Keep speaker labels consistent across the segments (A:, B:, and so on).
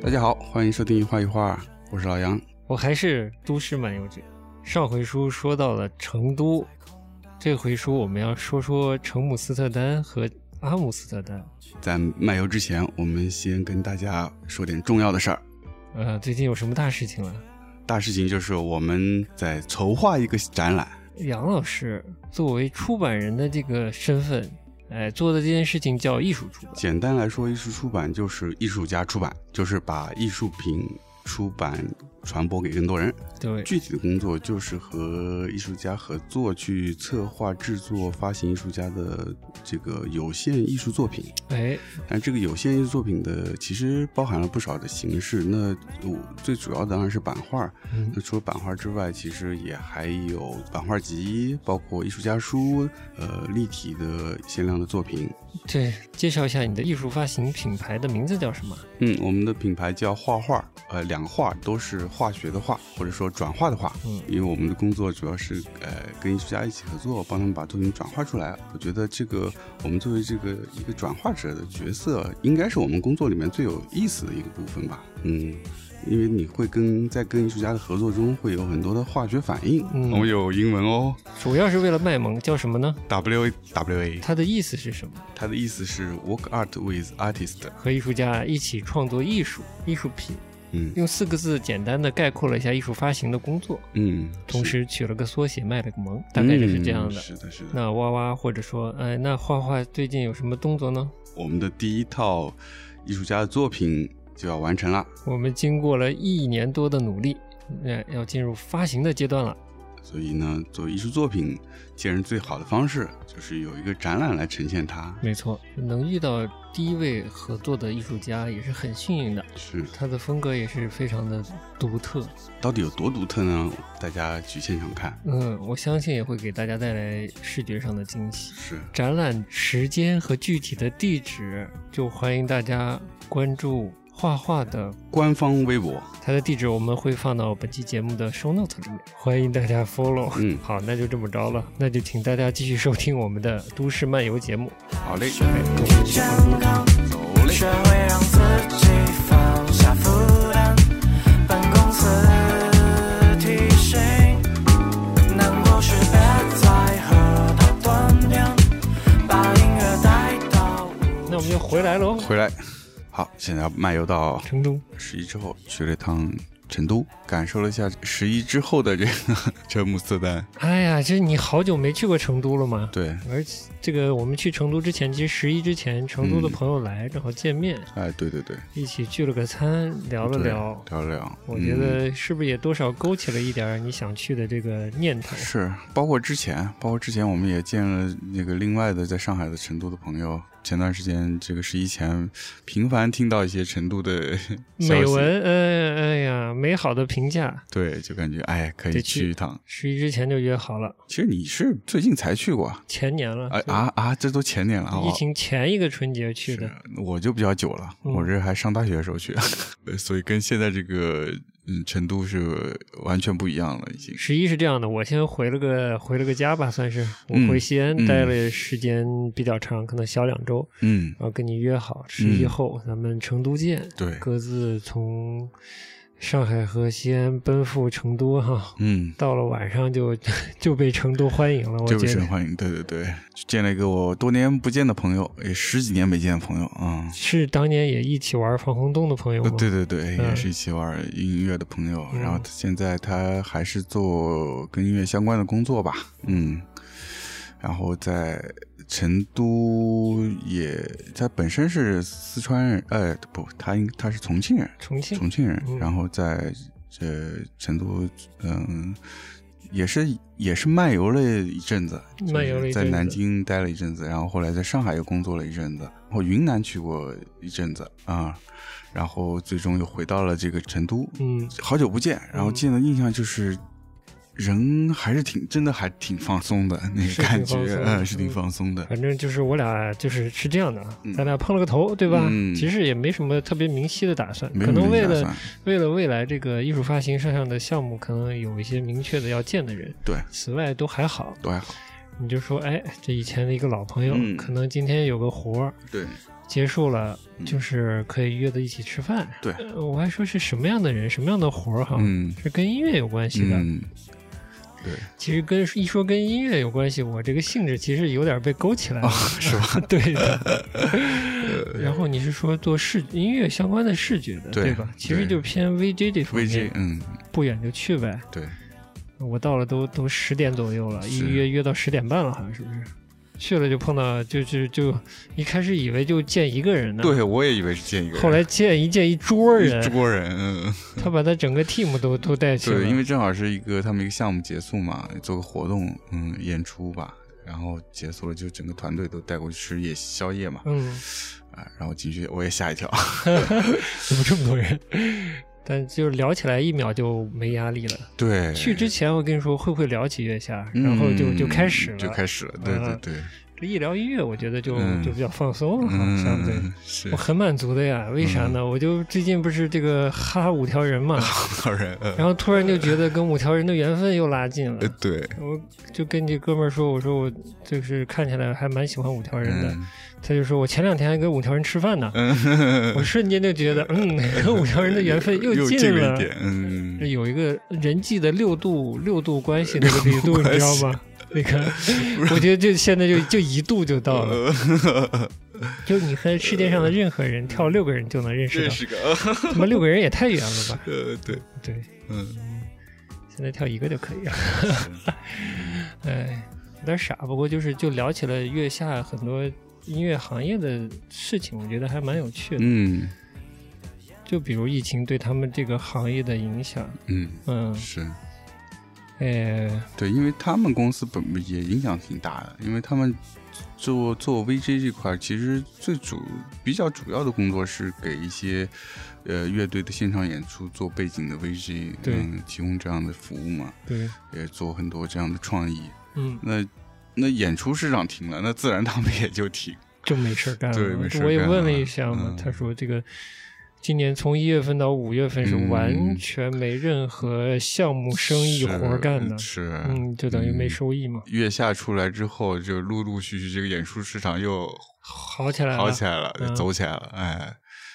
A: 大家好，欢迎收听一画一画，我是老杨。
B: 我还是都市漫游者。上回书说到了成都，这回书我们要说说成姆斯特丹和阿姆斯特丹。
A: 在漫游之前，我们先跟大家说点重要的事儿。
B: 呃，最近有什么大事情了？
A: 大事情就是我们在筹划一个展览，
B: 杨老师作为出版人的这个身份，哎，做的这件事情叫艺术出版。
A: 简单来说，艺术出版就是艺术家出版，就是把艺术品出版传播给更多人。
B: 对，
A: 具体的工作就是和艺术家合作，去策划、制作、发行艺术家的这个有限艺术作品。
B: 哎，
A: 但这个有限艺术作品的其实包含了不少的形式。那我最主要的当然是版画。
B: 嗯
A: 那，除了版画之外，其实也还有版画集，包括艺术家书，呃，立体的限量的作品。
B: 对，介绍一下你的艺术发行品牌的名字叫什么？
A: 嗯，我们的品牌叫画画，呃，两个画都是化学的化，或者说转化的化。
B: 嗯
A: 因为我们的工作主要是呃跟艺术家一起合作，帮他们把作品转化出来。我觉得这个我们作为这个一个转化者的角色，应该是我们工作里面最有意思的一个部分吧。嗯。因为你会跟在跟艺术家的合作中会有很多的化学反应，
B: 嗯
A: 我们有英文哦
B: 主要是为了卖萌，叫什么呢？
A: ，W A W A，
B: 它的意思是什么？
A: 它的意思是 work art with artist，
B: 和艺术家一起创作艺术艺术品，
A: 嗯
B: 用四个字简单的概括了一下艺术发行的工作。
A: 嗯，
B: 同
A: 是
B: 时取了个缩写，卖了个萌，大概就是这样
A: 嗯
B: 的。
A: 是的，是的。
B: 那哇哇或者说，哎，那画画最近有什么动作呢？
A: 我们的第一套艺术家的作品就要完成了，
B: 我们经过了一年多的努力，哎，要进入发行的阶段了。
A: 所以呢，做艺术作品，见人最好的方式就是有一个展览来呈现它。
B: 没错，能遇到第一位合作的艺术家也是很幸运的，
A: 是，
B: 他的风格也是非常的独特。
A: 到底有多独特呢？大家去现场看。
B: 嗯，我相信也会给大家带来视觉上的惊喜。
A: 是，
B: 展览时间和具体的地址，就欢迎大家关注画画的
A: 官方微博，
B: 他的地址我们会放到本期节目的 show note 里面，欢迎大家 follow。
A: 嗯，
B: 好，那就这么着了，那就请大家继续收听我们的都市漫游节目。
A: 好嘞，
C: 健康，
A: 走嘞。
C: 学会让自己放下负担，办公司提醒，难过时别再和它断片，把音乐带到
B: 那我们就回来喽，
A: 回来，好，现在要漫游到
B: 城中。
A: 十一之后，去了一趟成都，感受了一下十一之后的这个这姆斯特丹。
B: 哎呀，这你好久没去过成都了吗？
A: 对，
B: 而且这个我们去成都之前，其实十一之前，成都的
A: 嗯
B: 朋友来，正好见面，
A: 哎，对对对，
B: 一起聚了个餐，聊了
A: 对
B: 聊。
A: 聊了聊，
B: 我觉
A: 嗯
B: 得是不是也多少勾起了一点儿你想去的这个念头？
A: 是，包括之前，包括之前我们也见了那个另外的在上海的成都的朋友。前段时间，这个十一前频繁听到一些成都的消
B: 美
A: 息，
B: 文，哎哎呀，美好的评价。
A: 对，就感觉哎，可以
B: 得
A: 去
B: 去
A: 一趟。
B: 十一之前就约好了，
A: 其实你是最近才去过啊，
B: 前年了。
A: 哎啊啊，这都前年了啊。
B: 疫情前一个春节去的，
A: 是我就比较久了，
B: 嗯
A: 我这还上大学的时候 去，呃所以跟现在这个嗯成都是完全不一样了，已经。
B: 十一是这样的，我先回了个回了个家吧，算是我
A: 嗯
B: 回西安
A: 嗯
B: 待了时间比较长，可能小两周，
A: 嗯，
B: 然后跟你约好十一
A: 嗯
B: 后、咱们成都见，
A: 对，
B: 各自从上海和西安奔赴成都哈。
A: 嗯，
B: 到了晚上就 就被成都欢迎了，我
A: 这位
B: 觉
A: 神
B: 得
A: 欢迎，对对对，见了一个我多年不见的朋友，也十几年没见的朋友啊、
B: 是当年也一起玩防空洞的朋友
A: 呃
B: 吗？
A: 对对对，也
B: 嗯
A: 是一起玩音乐的朋友，
B: 嗯
A: 然后他现在他还是做跟音乐相关的工作吧，嗯，然后在成都也，他本身是四川人，呃，不，他应他是重庆人，
B: 重庆，
A: 重庆人，
B: 嗯
A: 然后在这成都，嗯，也是也是漫游了一阵子，就是
B: 漫游了一阵
A: 在
B: 子
A: 南京待了一阵子，然后后来在上海又工作了一阵子，然后云南去过一阵子啊、然后最终又回到了这个成都，
B: 嗯，
A: 好久不见，然后见的印象就是。人还是挺真的，还挺放松的那
B: 是
A: 个
B: 挺
A: 感
B: 放
A: 觉，
B: 松的
A: 嗯，是挺
B: 嗯
A: 放松的。
B: 反正就是我俩就是是这样的啊
A: 嗯，
B: 咱俩碰了个头，对吧？
A: 嗯
B: 其实也没什么特别明晰的打算，
A: 没
B: 嗯可
A: 什么
B: 能为
A: 打
B: 了
A: 算，
B: 为了未来这个艺术发行上的项目，可能有一些明确的要见的人。
A: 对，
B: 此外都还好。
A: 都还好。
B: 你就说，哎，这以前的一个老朋友，
A: 嗯
B: 可能今天有个活儿，
A: 对，
B: 结束了，就是可以约着一起吃饭。
A: 嗯对
B: 呃我还说是什么样的人，什么样的活儿哈，
A: 嗯
B: 啊是跟音乐有关系的。
A: 嗯，对，
B: 其实跟一说跟音乐有关系，我这个性质其实有点被勾起来了，
A: 哦
B: 是吧？ 对 的。然后你是说做视音乐相关的视觉的，
A: 对
B: 吧？其实
A: 对
B: 就偏 VJ 这方
A: 危机
B: 面，，
A: 嗯，
B: 不远就去呗。
A: 对，
B: 我到了都都十点左右了，一
A: 是
B: 约约到十点半了，好像是不是？去了就碰到，就就就一开始以为就见一个人呢，
A: 对我也以为是见一个人，
B: 嗯后来见一见一桌
A: 一
B: 人，
A: 桌人，嗯，
B: 他把他整个 team 都都带去了，
A: 对，因为正好是一个他们一个项目结束嘛，做个活动，嗯，演出吧，然后结束了就整个团队都带过去吃夜宵夜嘛，
B: 嗯，
A: 啊，然后进去我也吓一跳，
B: 怎么这么多人？但就是聊起来一秒就没压力了。
A: 对，
B: 去之前我跟你说会不会聊起月下，然后就
A: 嗯
B: 就开始了，
A: 就开始了，对对 对，
B: 这一聊音乐，我觉得就、
A: 嗯
B: 就比较放松了，好像对。
A: 嗯，是
B: 我很满足的呀，为啥呢？我就最近不是这个哈五条 人嘛，
A: 好人，嗯
B: 然后突然就觉得跟五条人的缘分又拉近了
A: 呃，。对，
B: 我就跟这哥们儿说，我说我就是看起来还蛮喜欢五条人的，
A: 嗯
B: 他就说我前两天还跟五条人吃饭呢，我瞬间就觉得， 嗯，跟五条人的缘分
A: 又
B: 近
A: 近了
B: 了哎
A: 一点，嗯
B: 这，有一个人际的六度六度关系那个比度，你知道吗？那个， 我觉得就现在就就一度就到
A: 嗯
B: 了，就你和世界上的任何人跳六个人就能认识
A: 认
B: 到，
A: 识个，
B: 他妈六个人也太远了吧？
A: 呃，对，
B: 对，
A: 嗯，
B: 现在跳一个就可 以了。哎，有点傻，不过就是就聊起了月下很多音乐行业的事情，我觉得还蛮有趣的。
A: 嗯
B: 就比如疫情对他们这个行业的影响，
A: 嗯，
B: 嗯，
A: 是。
B: 哎，
A: 对，因为他们公司本也影响挺大的，因为他们做做 VJ 这块儿，其实最主比较主要的工作是给一些呃乐队的现场演出做背景的 VJ，
B: 对
A: 嗯，提供这样的服务嘛，
B: 对，
A: 也做很多这样的创意。
B: 嗯。
A: 那那演出市场停了，那自然他们也就停。
B: 就没事儿干了。
A: 对没事儿
B: 我也
A: 干
B: 问了
A: 了
B: 一下嘛，
A: 嗯
B: 他说这个今年从一月份到五月份是
A: 嗯
B: 完全没任何项目生意活儿干的，
A: 是，是
B: 嗯，就等于没
A: 嗯
B: 收益嘛，
A: 月下出来之后，就陆陆续续这个演出市场又
B: 好起来了，
A: 好起来了，
B: 嗯
A: 走起来了，哎，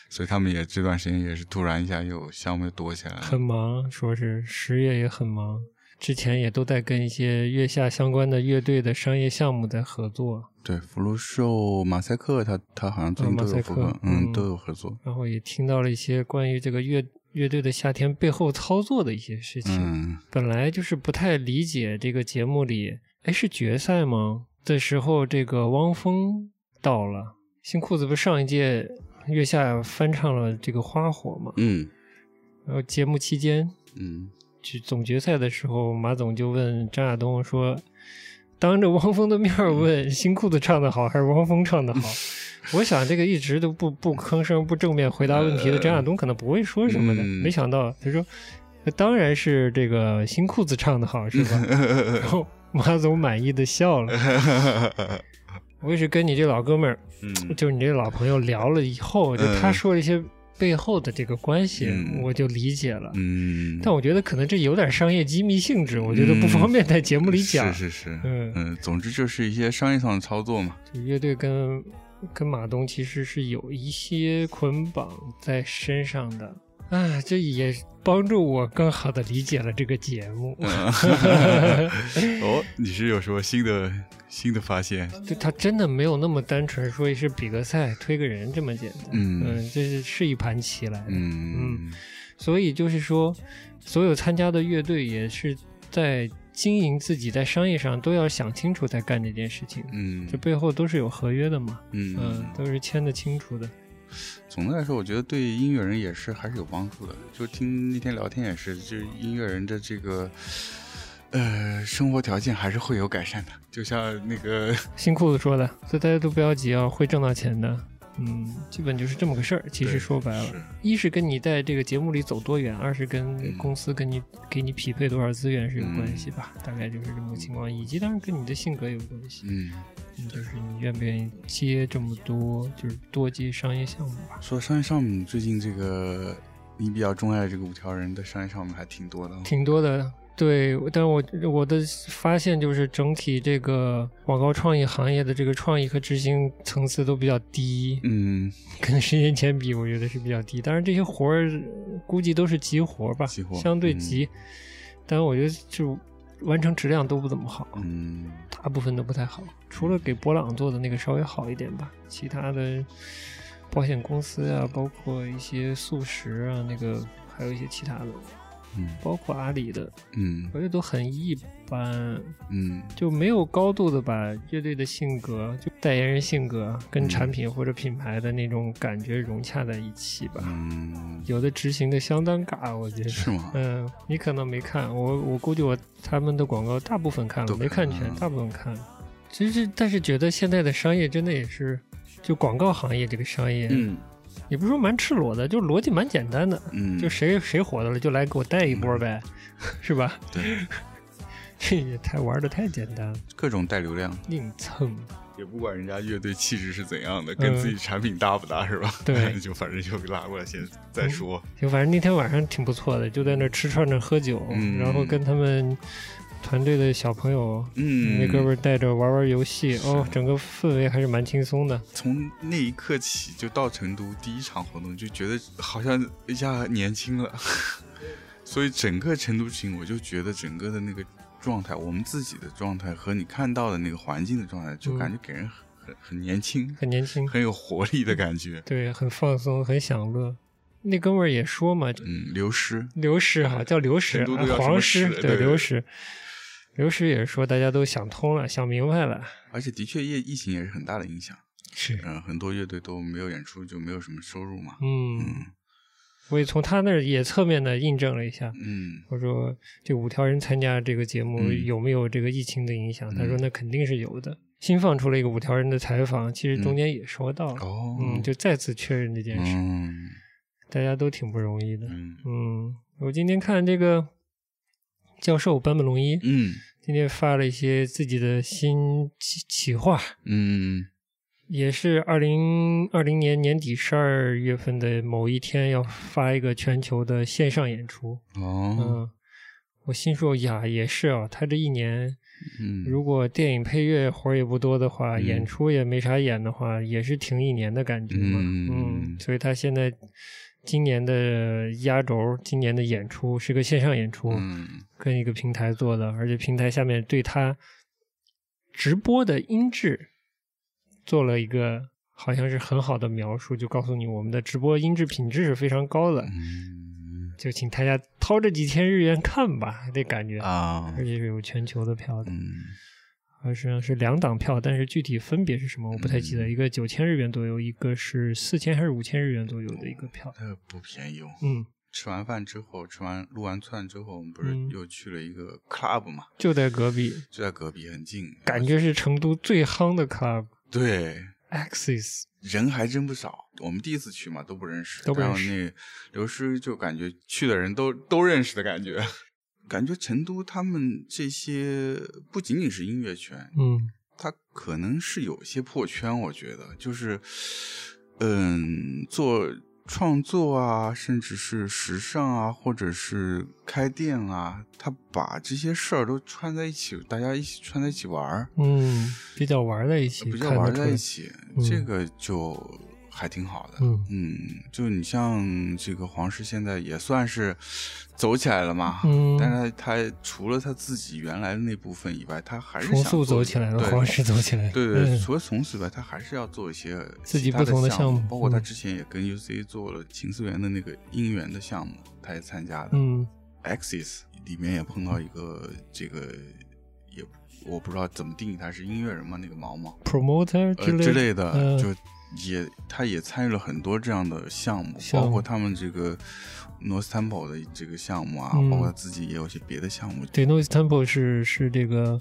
A: 所以他们也这段时间也是突然一下又项目又多起来了
B: 很，忙，说是十月也很忙。之前也都在跟一些月下相关的乐队的商业项目在合作，
A: 对，福禄寿、马赛克他，他好像最
B: 啊
A: 近都
B: 马赛
A: 有
B: 克
A: 合作，嗯，
B: 嗯
A: 都有合作，
B: 然后也听到了一些关于这个乐乐队的夏天背后操作的一些事情。
A: 嗯
B: 本来就是不太理解这个节目里，哎，是决赛吗？的时候，这个汪峰到了，新裤子不是上一届月下翻唱了这个《花火》嘛？
A: 嗯
B: 然后节目期间，
A: 嗯，
B: 去总决赛的时候，马总就问张亚东说：“当着汪峰的面儿问新裤子唱的好还是汪峰唱的好？”我想这个一直都不不吭声、不正面回答问题的张亚东可能不会说什么的。
A: 嗯
B: 没想到他说：“那当然是这个新裤子唱的好，是吧？”然后马总满意的笑了。我也是跟你这老哥们儿，
A: 嗯
B: 就是你这老朋友聊了以后，就他说了一些背后的这个关系，
A: 嗯
B: 我就理解了。
A: 嗯，
B: 但我觉得可能这有点商业机密性质，我觉得不方便在节目里讲。
A: 是是是，
B: 嗯
A: 嗯，总之就是一些商业上的操作嘛，
B: 就乐队跟跟马东其实是有一些捆绑在身上的啊，这也帮助我更好的理解了这个节目。
A: 嗯哦，你是有什么新的新的发现？
B: 就它真的没有那么单纯，说是比个赛推个人这么简单。
A: 嗯
B: 这是是一盘棋来的。
A: 嗯
B: 所以就是说，所有参加的乐队也是在经营自己，在商业上都要想清楚再干这件事情。
A: 嗯
B: 这背后都是有合约的嘛，嗯
A: 嗯，，
B: 都是签的清楚的。
A: 总的来说，我觉得对音乐人也是还是有帮助的。就听那天聊天也是，就是音乐人的这个呃生活条件还是会有改善的。就像那个
B: 新裤子说的，所以大家都不要急啊，会挣到钱的。嗯，基本就是这么个事儿。 其实说白了，一是嗯跟你在这个节目里走多远，二是跟公司跟你、给你匹配多少资源是有关系吧，大概就是这么个情况，以及当然跟你的性格有关系，
A: 嗯，
B: 嗯就是你愿不愿意接这么多，就是多接商业项目吧。
A: 说商业项目，最近这个你比较钟爱这个五条人的商业项目还挺多的哦。
B: 挺多的，对，但我我的发现就是，整体这个广告创意行业的这个创意和执行层次都比较低，
A: 嗯，
B: 跟十年前比，我觉得是比较低。当然，这些活儿估计都是急活儿吧，
A: 急活儿
B: 相对
A: 嗯
B: 急，但我觉得就完成质量都不怎么好，
A: 嗯，
B: 大部分都不太好，除了给博朗做的那个稍微好一点吧，其他的保险公司啊，包括一些素食啊，那个还有一些其他的，
A: 嗯
B: 包括阿里的，
A: 嗯
B: 我觉得都很一般，
A: 嗯
B: 就没有高度的把乐队的性格、就代言人性格跟产品或者品牌的那种感觉融洽在一起吧。
A: 嗯，
B: 有的执行的相当尬，我觉得。
A: 是吗？
B: 嗯，你可能没看，我我估计我他们的广告大部分看了，
A: 都
B: 没
A: 看
B: 看
A: 了
B: 全
A: 啊，
B: 大部分看了。其实，但是觉得现在的商业真的也是，就广告行业这个商业，
A: 嗯
B: 也不是说蛮赤裸的，就逻辑蛮简单的，
A: 嗯，
B: 就谁谁火的了，就来给我带一波呗，是吧？
A: 对
B: 这也太玩的太简单了，
A: 各种带流量，
B: 硬蹭。
A: 也不管人家乐队气质是怎样的，
B: 嗯
A: 跟自己产品搭不搭是吧？
B: 对 嗯
A: 就反正就拉过来先再说。
B: 就反正那天晚上挺不错的，就在那儿吃串串喝酒，
A: 嗯
B: 然后跟他们团队的小朋友。
A: 嗯，
B: 那哥们儿带着玩玩游戏哦，整个氛围还是蛮轻松的。
A: 从那一刻起，就到成都第一场活动，就觉得好像一下年轻了。 所以整个成都行，我就觉得整个的那个状态，我们自己的状态和你看到的那个环境的状态，
B: 嗯
A: 就感觉给人很很很年轻、
B: 很年轻，
A: 很有活力的感觉。
B: 对，很放松，很享乐。那哥们儿也说嘛，
A: 嗯，流失，
B: 刘师哈叫刘师，
A: 成都都叫
B: 啊
A: 什么
B: 黄师
A: 师对对对
B: 刘师，刘师也说大家都想通了，想明白了，
A: 而且的确疫疫情也是很大的影响。
B: 是，
A: 嗯、很多乐队都没有演出，就没有什么收入嘛。
B: 嗯，
A: 嗯
B: 我也从他那儿也侧面的印证了一下。
A: 嗯
B: 我说这五条人参加这个节目
A: 嗯
B: 有没有这个疫情的影响？他说
A: 嗯
B: 那肯定是有的。新放出了一个五条人的采访，其实中间也说到了，
A: 嗯哦
B: 嗯，就再次确认这件事，
A: 嗯
B: 大家都挺不容易的。
A: 嗯
B: 嗯，我今天看这个教授坂本龙一，
A: 嗯
B: 今天发了一些自己的新企企划，
A: 嗯
B: 也是二零二零年年底十二月份的某一天要发一个全球的线上演出。
A: 哦
B: 嗯，我心说呀，也是啊，他这一年
A: 嗯
B: 如果电影配乐活儿也不多的话，
A: 嗯
B: 演出也没啥演的话，也是停一年的感觉嘛。
A: 嗯
B: 嗯，所以他现在今年的压轴，今年的演出是个线上演出，
A: 嗯
B: 跟一个平台做的，而且平台下面对他直播的音质做了一个。好像是很好的描述，就告诉你我们的直播音质品质是非常高的，
A: 嗯
B: 就请大家掏这几千日元看吧，这感觉，
A: 啊
B: 而且是有全球的票的。
A: 嗯
B: 好像是两档票，但是具体分别是什么我不太记得。
A: 嗯
B: 一个九千日元左右，一个是四千还是五千日元左右的一个票。
A: 那不便宜哦。
B: 嗯，
A: 吃完饭之后，吃完撸完串之后，我们不是
B: 嗯
A: 又去了一个 club 嘛，
B: 就在隔壁，
A: 就在隔壁，很近。
B: 感觉是成都最夯的 club
A: 对，
B: Axis。
A: 人还真不少。我们第一次去嘛，都不认识，
B: 都不认识
A: 然后那刘师就感觉去的人都都认识的感觉，感觉成都他们这些不仅仅是音乐圈，
B: 嗯
A: 他可能是有些破圈，我觉得就是，嗯，做创作啊，甚至是时尚啊，或者是开店啊，他把这些事儿都串在一起，大家一起串在一起玩儿，
B: 嗯，比较玩在一起，
A: 比较
B: 看得
A: 玩
B: 出
A: 在
B: 来
A: 一。起，
B: 嗯
A: 这个就还挺好的。
B: 嗯
A: 嗯，就你像这个黄石，现在也算是走起来了嘛。
B: 嗯
A: 但是他他除了他自己原来的那部分以外，他还是
B: 重
A: 想
B: 塑
A: 做
B: 走起来了，
A: 对
B: 黄石走起来了。
A: 对对，对
B: 嗯
A: 除了从此以外，他还是要做一些
B: 自己
A: 其他
B: 不同的
A: 的
B: 项
A: 目，
B: 目
A: 包括他
B: 嗯
A: 之前也跟 UC 做了秦思源的那个音源的项目，他也参加的。
B: 嗯
A: Axis 里面也碰到一个这个也我不知道怎么定义他是音乐人吗？那个毛毛
B: ，promoter
A: 呃
B: 之类
A: 之类的，
B: 嗯
A: 就也他也参与了很多这样的项目，
B: 项
A: 包
B: 目
A: 括他们这个 North Temple 的这个项目啊，
B: 嗯
A: 包括他自己也有些别的项目。
B: 对，Noise Temple 是是这个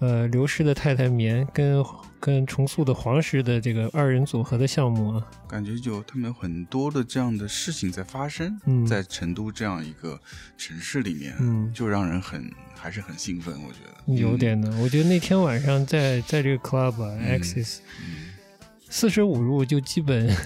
B: 呃刘氏的太太棉跟跟重塑的黄石的这个二人组合的项目啊。
A: 感觉就他们有很多的这样的事情在发生，
B: 嗯
A: 在成都这样一个城市里面，
B: 嗯
A: 就让人很还是很兴奋，我觉得
B: 有，点的。我觉得那天晚上在在这个 club 啊 Axis
A: 嗯
B: 四舍五入就基本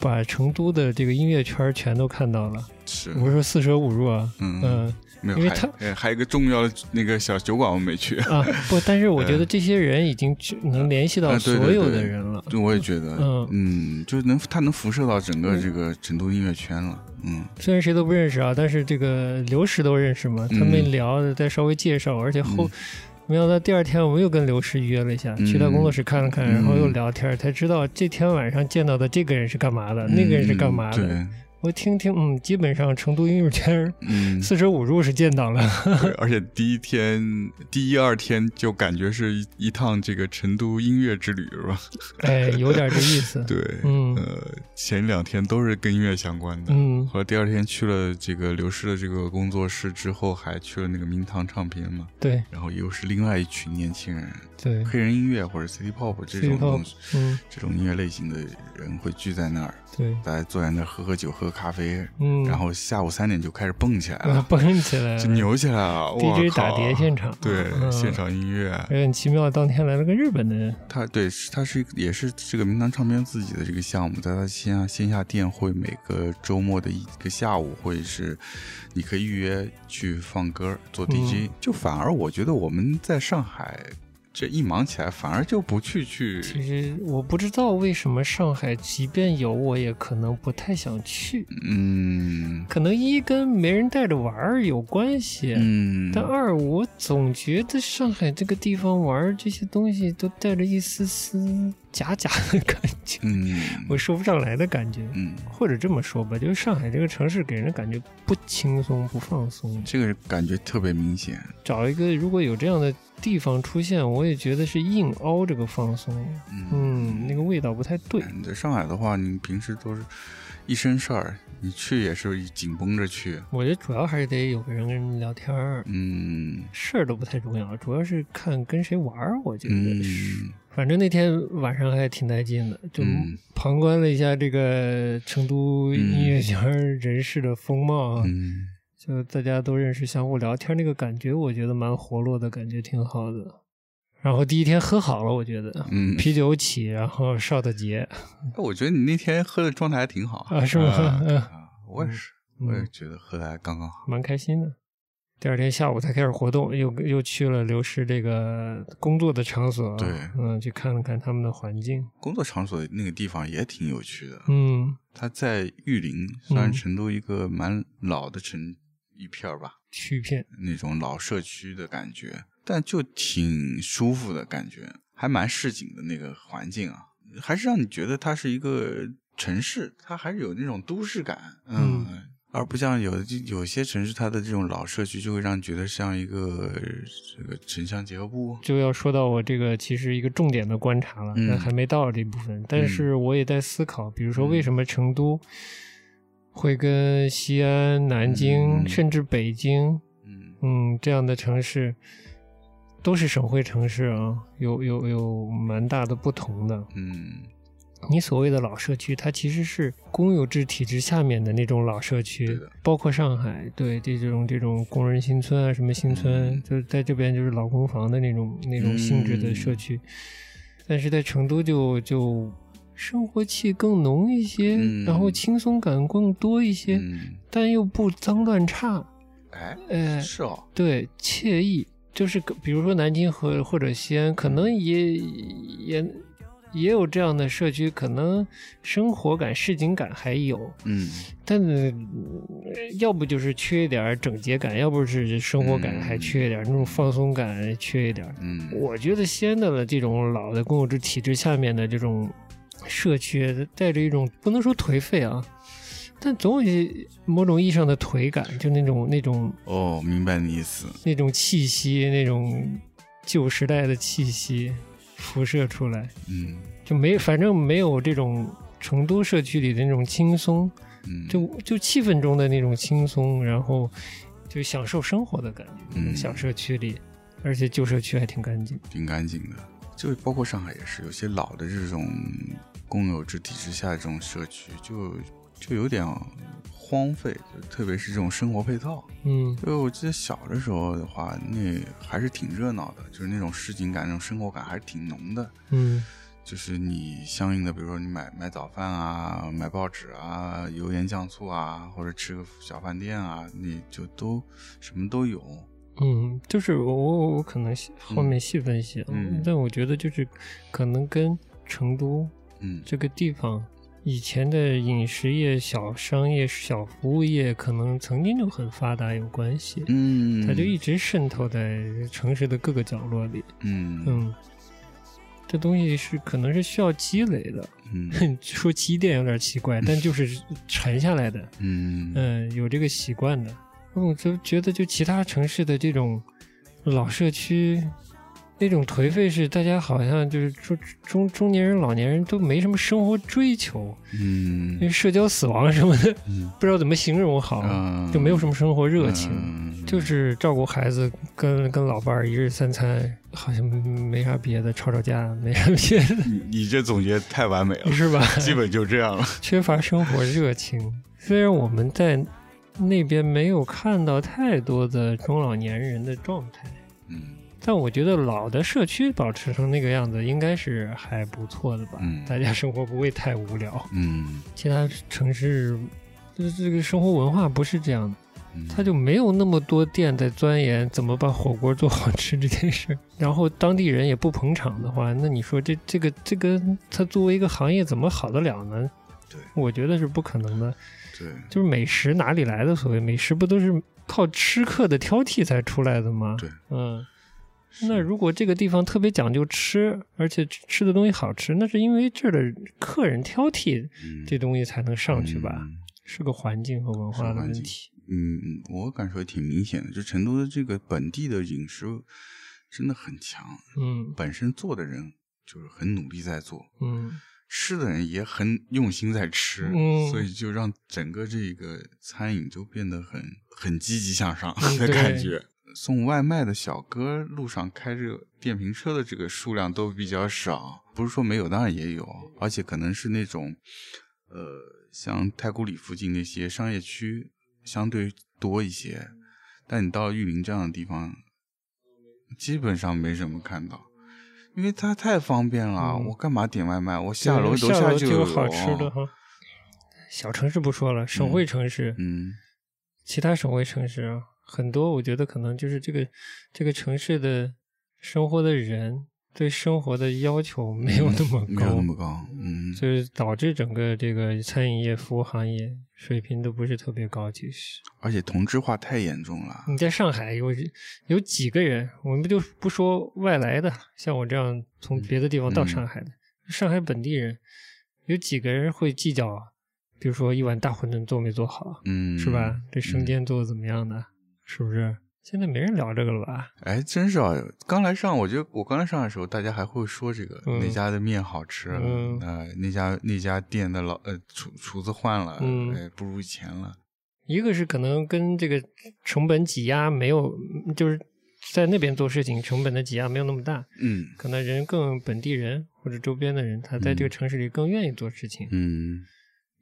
B: 把成都的这个音乐圈全都看到了，
A: 是，
B: 我是说四舍五入啊，
A: 嗯
B: 嗯
A: 没有，
B: 因为
A: 还
B: 他
A: 哎还有一个重要的那个小酒馆我没去，
B: 啊不，但是我觉得这些人已经去能联系到
A: 嗯啊对对
B: 所有的
A: 对
B: 人了，
A: 对，我也觉得，
B: 嗯
A: 嗯，就是能它能辐射到整个这个成都音乐圈了，嗯，
B: 虽然谁都不认识啊，但是这个刘石都认识嘛，他们
A: 嗯
B: 聊的再稍微介绍，而且后。没想到第二天我们又跟刘石约了一下，
A: 嗯
B: 去他工作室看了看，
A: 嗯
B: 然后又聊天，才知道这天晚上见到的这个人是干嘛的，呃那个人是干嘛
A: 嗯
B: 的。我听听，嗯，基本上成都音乐圈
A: 对， 嗯，
B: 四舍五入是见 到了，
A: 对而且第一天、第一二天就感觉是一一趟这个成都音乐之旅，是吧？
B: 哎，有点这意思。
A: 对，
B: 嗯
A: 呃，前两天都是跟音乐相关的，
B: 嗯
A: 后来第二天去了这个刘诗的这个工作室之后，还去了那个明堂唱片嘛，
B: 对
A: 然后又是另外一群年轻人，
B: 对，
A: 黑人音乐或者 City Pop 这
B: City
A: 种
B: Pop
A: 东西，
B: 嗯
A: 这种音乐类型的人会聚在那儿，
B: 对，
A: 大家坐在那儿喝喝酒、喝咖啡，
B: 嗯，
A: 然后下午三点就开始蹦起来
B: 啊
A: 了，
B: 蹦起来
A: 就
B: 了
A: 牛起来了，哇
B: ，DJ
A: 靠
B: 嗯打碟现场，
A: 对，
B: 嗯
A: 现。场音乐，
B: 而且很奇妙，当天来了个日本的人，
A: 它对是它是一个也是这个明堂唱片自己的这个项目，在它线下线下店会每个周末的一个下午会是，你可以预约去放歌做
B: 嗯
A: DJ，、就反而我觉得我们在上海这一忙起来，反而就不去去
B: 其实我不知道为什么上海，即便有，我也可能不太想去。
A: 嗯
B: 可能一跟没人带着玩儿有关系，
A: 嗯
B: 但二我总觉得上海这个地方玩儿这些东西都带着一丝丝假假的感觉，
A: 嗯
B: 我说不上来的感觉。
A: 嗯，
B: 或者这么说吧，就是上海这个城市给人的感觉不轻松、不放松。
A: 这个感觉特别明显，
B: 找一个如果有这样的地方出现，我也觉得是硬凹这个放松，嗯，那个味道不太对。
A: 你在上海的话，你平时都是一身事儿，你去也是紧绷着去，
B: 我觉得主要还是得有个人跟人聊天儿，
A: 嗯
B: 事儿都不太重要，主要是看跟谁玩儿。我觉得是，
A: 嗯
B: 反正那天晚上还挺带劲的，就
A: 嗯
B: 旁观了一下这个成都音乐圈人士的风貌啊，
A: 嗯，
B: 就大家都认识，相互聊天那个感觉，我觉得蛮活络的，感觉挺好的。然后第一天喝好了，我觉得，
A: 嗯
B: 啤酒起，然后 shot 结，
A: 哎我觉得你那天喝的状态还挺好
B: 啊是吗
A: 啊
B: 嗯
A: 啊我也是，我也觉得喝的还刚刚好。
B: 蛮开心的。第二天下午才开始活动，又又去了刘师这个工作的场所，
A: 对
B: 嗯，去看了看他们的环境，
A: 工作场所那个地方也挺有趣的，
B: 嗯，
A: 它在玉林，算
B: 嗯
A: 是成都一个蛮老的城一片儿吧，
B: 去片，
A: 那种老社区的感觉，但就挺舒服的感觉，还蛮市井的那个环境啊，还是让你觉得它是一个城市，它还是有那种都市感，嗯。而不像有的就有些城市，它的这种老社区就会让你觉得像一个这个城乡结合部，
B: 就要说到我这个其实一个重点的观察了，
A: 嗯
B: 但还没到这部分。但是我也在思考，比如
A: 嗯
B: 说为什么成都会跟西安、南京、
A: 嗯
B: 甚至北京，
A: 嗯
B: 嗯，这样的城市都是省会城市啊，有有有蛮大的不同的。
A: 嗯
B: 你所谓的老社区，它其实是公有制体制下面的那种老社
A: 对
B: 区
A: 的，
B: 包括上海，对这种这种工人新村啊，什么新村，
A: 嗯
B: 就是在这边就是老公房的那种那种性质的社区，但是在成都就就生活气更浓一些，
A: 嗯
B: 然后轻松感更多一些，
A: 嗯，
B: 但又不脏乱差，
A: 哎，
B: 呃，
A: 是哦，
B: 对，惬意，就是可比如说南京和或者西安，可能也也也有这样的社区，可能生活感、市井感还有，
A: 嗯，
B: 但呃要不就是缺一点儿整洁感，要不是生活感还缺一点儿，那种放松感缺一点儿。
A: 嗯，
B: 我觉得西安的了这种老的公有制体制下面的这种社区，带着一种不能说颓废啊，但总有一某种意义上的颓感，就那种那种
A: 哦，明白你意思，
B: 那种气息，那种旧时代的气息辐射出来，
A: 嗯
B: 就没反正没有这种成都社区里的那种轻松，
A: 嗯，
B: 就就气氛中的那种轻松，然后就享受生活的感觉。那种
A: 嗯
B: 小社区里，而且旧社区还挺干净。
A: 挺干净的。就包括上海也是，有些老的这种公有制体制下的这种社区，就就有点荒废，就特别是这种生活配套。
B: 嗯
A: 就我记得小的时候的话，那还是挺热闹的，就是那种市井感、那种生活感还是挺浓的。
B: 嗯
A: 就是你相应的，比如说你买买早饭啊，买报纸啊，油盐酱醋啊，或者吃个小饭店啊，你就都什么都有。
B: 嗯，就是我我我可能细后面细分析，
A: 嗯嗯
B: 但我觉得就是可能跟成都
A: 嗯，
B: 这个地方以前的饮食业、小商业、小服务业可能曾经就很发达有关系，
A: 嗯，
B: 它就一直渗透在城市的各个角落里。
A: 嗯嗯
B: 嗯，这东西是可能是需要积累的，
A: 嗯
B: 说积淀有点奇怪，但就是沉下来的。
A: 嗯
B: 嗯，有这个习惯的。我就觉得，就其他城市的这种老社区，那种颓废是大家好像就是中中中年人、老年人都没什么生活追求，因为
A: 嗯
B: 社交死亡什么的，
A: 嗯
B: 不知道怎么形容好，
A: 嗯，
B: 就没有什么生活热情，
A: 嗯
B: 就是照顾孩子，跟跟老伴儿一日三餐，好像没啥别的，吵吵架没啥别的，
A: 你你这总结太完美 了，
B: 是吧？
A: 基本就这样了。
B: 缺乏生活热情。虽然我们在那边没有看到太多的中老年人的状态，
A: 嗯
B: 但我觉得老的社区保持成那个样子，应该是还不错的吧。
A: 嗯
B: 大家生活不会太无聊。
A: 嗯，
B: 其他城市，就是这个生活文化不是这样的，
A: 嗯
B: 它就没有那么多店在钻研怎么把火锅做好吃这件事儿。然后当地人也不捧场的话，那你说这这个这个，它作为一个行业怎么好得了呢？
A: 对，
B: 我觉得是不可能的。
A: 对，
B: 就是美食哪里来的所谓美食，不都是靠吃客的挑剔才出来的吗？
A: 对，
B: 嗯。
A: 是
B: 那如果这个地方特别讲究吃，而且吃吃的东西好吃，那是因为这儿的客人挑剔，
A: 嗯
B: 这东西才能上去吧？
A: 嗯
B: 是个环境和文化
A: 是
B: 的
A: 环
B: 问
A: 境
B: 题。
A: 嗯，我感受也挺明显的，就成都的这个本地的饮食真的很强，
B: 嗯
A: 本身做的人就是很努力在做，
B: 嗯
A: 吃的人也很用心在吃，
B: 嗯
A: 所以就让整个这个餐饮就变得很很积极向上
B: 嗯
A: 的
B: 对
A: 感觉。送外卖的小哥路上开着电瓶车的这个数量都比较少，不是说没有，当然也有，而且可能是那种，呃，像太古里附近那些商业区相对多一些，但你到玉林这样的地方，基本上没什么看到，因为它太方便了。
B: 嗯
A: 我干嘛点外卖？我下哦楼
B: 下
A: 楼下
B: 楼就
A: 有
B: 好吃的哈。小城市不说了，省会城市，
A: 嗯
B: 其他省会城市啊，很多我觉得可能就是这个这个城市的生活的人对生活的要求没有那么
A: 嗯没有
B: 高，
A: 那么高。嗯，
B: 就是导致整个这个餐饮业、服务行业水平都不是特别高。其实
A: 而且同质化太严重了。
B: 你在上海有有几个人，我们就不说外来的，像我这样
A: 嗯
B: 从别的地方到上海的，上海本地人有几个人会计较，比如说一碗大馄饨做没做好，
A: 嗯，
B: 是吧？这生煎做的怎么样的？是不是？现在没人聊这个了吧？
A: 哎，真是啊！刚来上，我觉得我刚来上海的时候，大家还会说这个、
B: 嗯
A: 那家的面好吃，
B: 嗯
A: 呃，那家那家店的老呃厨厨子换了，
B: 嗯
A: 哎，不如以前了。
B: 一个是可能跟这个成本挤压没有，就是在那边做事情成本的挤压没有那么大，
A: 嗯
B: 可能人更本地人或者周边的人，他在这个城市里更愿意做事情，
A: 嗯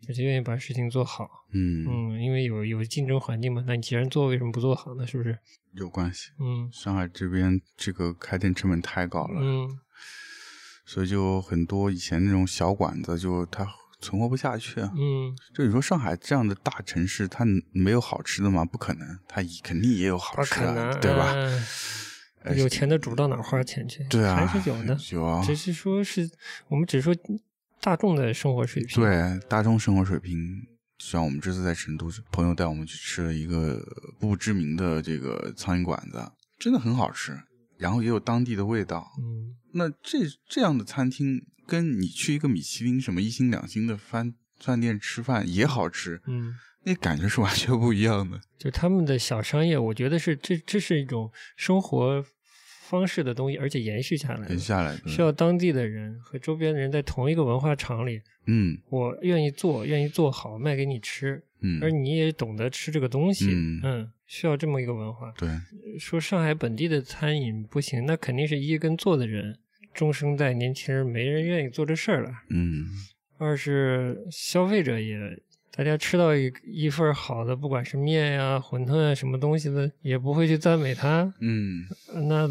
B: 而且愿意把事情做好。
A: 嗯，
B: 嗯，因为有有竞争环境嘛，那你既然做，为什么不做好呢？是不是？
A: 有关系。
B: 嗯
A: 上海这边这个开店成本太高了，
B: 嗯
A: 所以就很多以前那种小馆子，就它存活不下去啊。
B: 嗯，
A: 就你说上海这样的大城市，它没有好吃的吗？不可能，它一肯定也有好
B: 不
A: 吃
B: 可能
A: 的，，对吧？
B: 哎
A: 哎
B: 有钱的主到哪儿花钱去？
A: 对啊，
B: 还是有的。
A: 有啊。
B: 只是说是我们只说大众的生活水平。，
A: 对，大众生活水平，像我们这次在成都，朋友带我们去吃了一个不知名的这个苍蝇馆子，真的很好吃，然后也有当地的味道。
B: 嗯，
A: 那这这样的餐厅，跟你去一个米其林什么一星两星的饭饭店吃饭也好吃，
B: 嗯，
A: 那感觉是完全不一样的。
B: 就他们的小商业，我觉得是这这是一种生活方式的东西，而且延续下来
A: 接
B: 的，
A: 下来的，
B: 需要当地的人和周边的人在同一个文化场里，
A: 嗯
B: 我愿意做，愿意做好卖给你吃，
A: 嗯，
B: 而你也懂得吃这个东西，
A: 嗯
B: 需要这么一个文化。
A: 对，
B: 说上海本地的餐饮不行，那肯定是一跟做的人，中生代年轻人没人愿意做这事儿了。
A: 嗯
B: 二是消费者也，大家吃到一一份好的，不管是面呀、馄饨啊什么东西的，也不会去赞美它。
A: 嗯
B: 那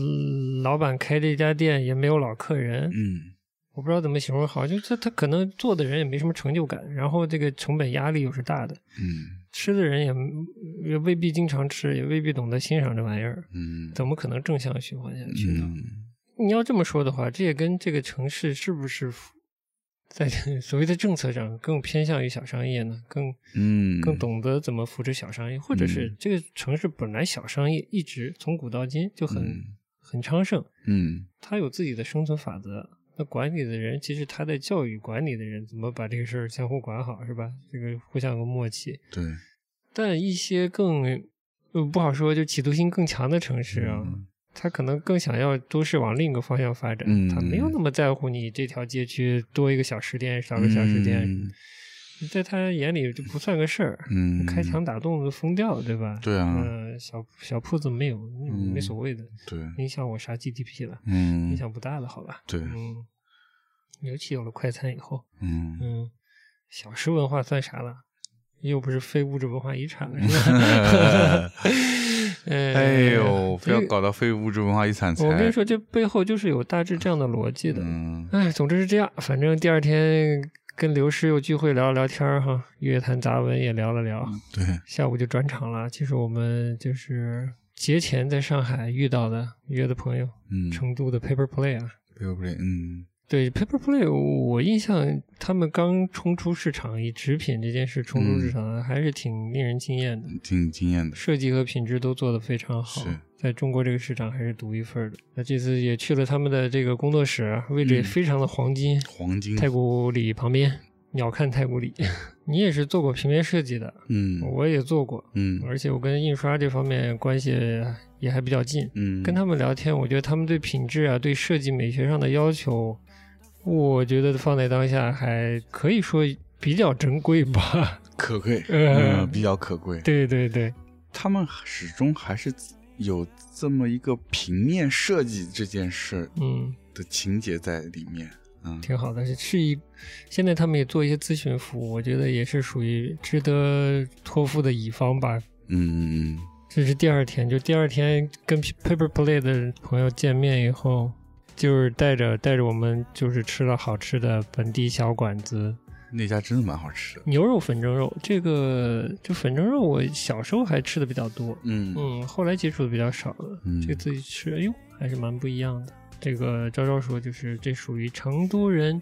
B: 老板开这家店也没有老客人，
A: 嗯
B: 我不知道怎么形容好，就他他可能做的人也没什么成就感，然后这个成本压力又是大的，
D: 嗯
B: 吃的人也也未必经常吃，也未必懂得欣赏这玩意儿，
D: 嗯
B: 怎么可能正向循环下去呢？
D: 嗯，
B: 你要这么说的话，这也跟这个城市是不是在这 所谓的政策上更偏向于小商业呢？更
D: 嗯
B: 更懂得怎么扶持小商业，或者是
D: 嗯
B: 这个城市本来小商业一直从古到今就很、
D: 嗯
B: 很昌盛，
D: 嗯
B: 它有自己的生存法则。那管理的人，其实他在教育管理的人怎么把这个事儿相互管好，是吧？这个互相有个默契。
D: 对，
B: 但一些更呃不好说，就企图心更强的城市啊，
D: 嗯
B: 他可能更想要都市往另一个方向发展，
D: 嗯
B: 他没有那么在乎你这条街区多一个小吃店、少个小吃店，
D: 嗯
B: 在他眼里就不算个事儿。
D: 嗯
B: 开墙打洞就疯掉，对吧？
D: 对啊
B: 嗯，小小铺子没有，
D: 嗯
B: 没所谓的，
D: 对，
B: 影响我啥 GDP 了？影
D: 嗯
B: 响不大的，好吧？
D: 对，
B: 嗯，尤其有了快餐以后，
D: 嗯，
B: 嗯，小吃文化算啥了？又不是非物质文化遗产了， 是吧？呃
D: 哎呦，不要
B: 这个
D: 搞到非物质文化遗产财，
B: 我跟你说，这背后就是有大致这样的逻辑的。
D: 嗯
B: 哎，总之是这样。反正第二天跟刘师又聚会聊了聊天儿哈，乐坛杂文也聊了聊，
D: 对，
B: 下午就转场了。其实我们就是节前在上海遇到的约的朋友，
D: 嗯，
B: 成都的 Paper Play 啊。
D: 对不对？嗯
B: 对 Paper Play，我印象他们刚冲出市场，以纸品这件事冲出
D: 嗯
B: 市场，还是挺令人惊艳的。
D: 挺惊艳的，
B: 设计和品质都做得非常好
D: 是，
B: 在中国这个市场还是独一份儿的。那这次也去了他们的这个工作室，位置也
D: 嗯
B: 非常的黄金，
D: 黄金，
B: 太古里旁边，鸟瞰 太古里。你也是做过平面设计的，
D: 嗯
B: 我也做过，
D: 嗯
B: 而且我跟印刷这方面关系也还比较近。
D: 嗯，
B: 跟他们聊天，我觉得他们对品质啊、对设计美学上的要求，我觉得放在当下还可以说比较珍贵吧。
D: 可贵，
B: 呃
D: 嗯，比较可贵，
B: 对对对，
D: 他们始终还是有这么一个平面设计这件事
B: 嗯，
D: 的情节在里面，嗯，
B: 挺好的，是是一。现在他们也做一些咨询服务，我觉得也是属于值得托付的乙方吧。
D: 嗯嗯
B: 这是第二天，就第二天跟 Paper Play 的朋友见面以后，就是带着带着我们就是吃了好吃的本地小馆子，
D: 嗯，那家真的蛮好吃的，
B: 牛肉粉蒸肉，这个就粉蒸肉，我小时候还吃的比较多，
D: 嗯
B: 嗯，后来接触的比较少了。
D: 嗯
B: 这个自己吃，哎呦，还是蛮不一样的。这个昭昭说，就是这属于成都人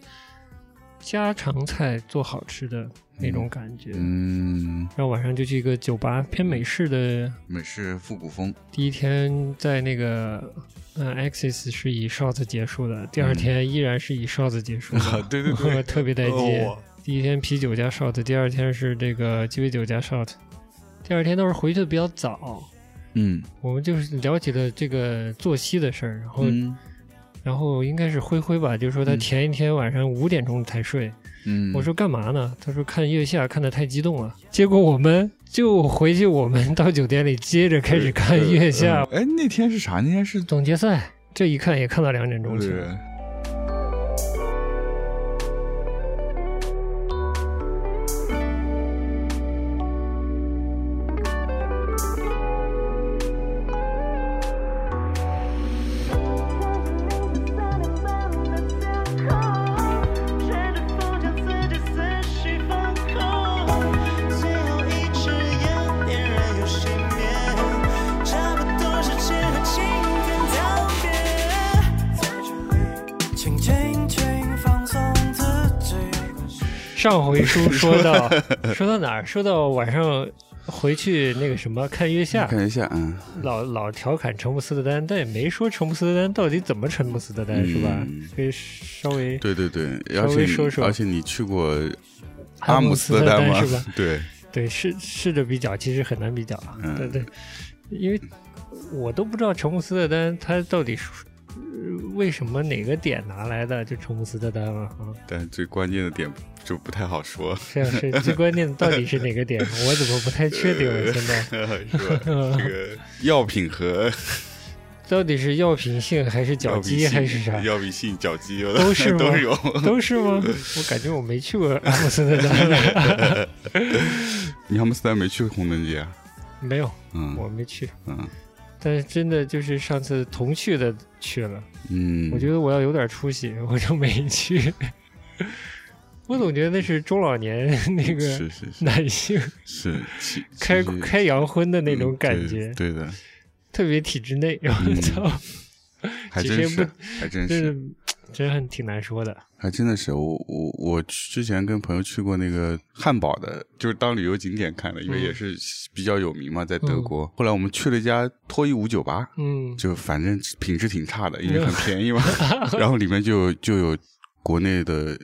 B: 家常菜做好吃的那种感觉。
D: 嗯，
B: 然后晚上就去一个酒吧，偏美式的。
D: 美式复古风，
B: 第一天在那个，嗯、a x i s 是以 shots 结束的，第
D: 嗯
B: 二天依然是以 shots 结 束的。
D: 对对对，
B: 特别带劲。
D: 哦
B: 第一天啤酒加 shot，第二天是这个鸡尾酒加 shot，第二天都是回去的比较早。
D: 嗯
B: 我们就是了解了这个作息的事儿，然后、
D: 嗯
B: 然后应该是灰灰吧，就是说他
D: 嗯
B: 前一天晚上五点钟才睡。
D: 嗯，
B: 我说干嘛呢？他说看月下看的太激动了，结果我们就回去，我们到酒店里接着开始看月下、
D: 嗯哎，那天是啥？那天是
B: 总决赛，这一看也看到两点钟去了。
D: 对，
C: 甚至不将自己思绪放空，最后一支烟点燃又熄灭，差不多是只恨晴天道别。在这里，请轻轻放松自己。
B: 上 回书说到说到哪儿？说到晚上回去那个什么看月下，
D: 看一下，嗯，
B: 老老调侃陈姆斯特丹，但也没说陈姆斯特丹到底怎么陈姆斯特丹、是吧？可以稍微
D: 嗯对对对，
B: 稍
D: 而
B: 微
D: 且
B: 说说
D: 而且你去过
B: 阿
D: 阿
B: 姆
D: 姆
B: 斯
D: 斯
B: 特
D: 特
B: 丹
D: 丹吗
B: 是吧？
D: 对，
B: 对试试着比较，其实很难比较啊。
D: 嗯
B: 对对，因为我都不知道陈姆斯特丹他到底是。呃为什么哪个点拿来的就陈姆斯特丹了啊？
D: 但最关键的点就不太好说，
B: 这样是最关键的到底是哪个点？我怎么不太确定了？现在
D: 是 吧？这个药品和
B: 到底是药品性还是脚
D: 药品
B: 鸡
D: 性
B: 还是啥？
D: 药品性脚鸡有的
B: 都是吗
D: 都有，
B: 都是吗？我感觉我没去过阿姆斯 特丹，
D: 你阿姆斯特丹没去过红灯节啊？
B: 没有，
D: 嗯
B: 我没去。
D: 嗯，
B: 但是真的就是上次同去的去了，
A: 嗯，
B: 我觉得我要有点出息，我就没去。我总觉得那是中老年那个
A: 是是是
B: 男性
A: 是其
B: 开
A: 其实
B: 开洋荤的那
A: 嗯
B: 种感
A: 对
B: 觉，
A: 对的，
B: 特别体制内，我
A: 嗯
B: 操，
A: 还
B: 其
A: 真
B: 实
A: 是
B: 不，
A: 还真
B: 真
A: 是，
B: 是真很挺难说的。
A: 还真的是。我我我去之前跟朋友去过那个汉堡的，就是当旅游景点看的，因为也
B: 嗯
A: 是比较有名嘛，在德
B: 嗯
A: 国。后来我们去了一家脱衣舞酒吧，
B: 嗯，
A: 就反正品质挺差的，因为很便宜 嘛。然后里面就有就有国内的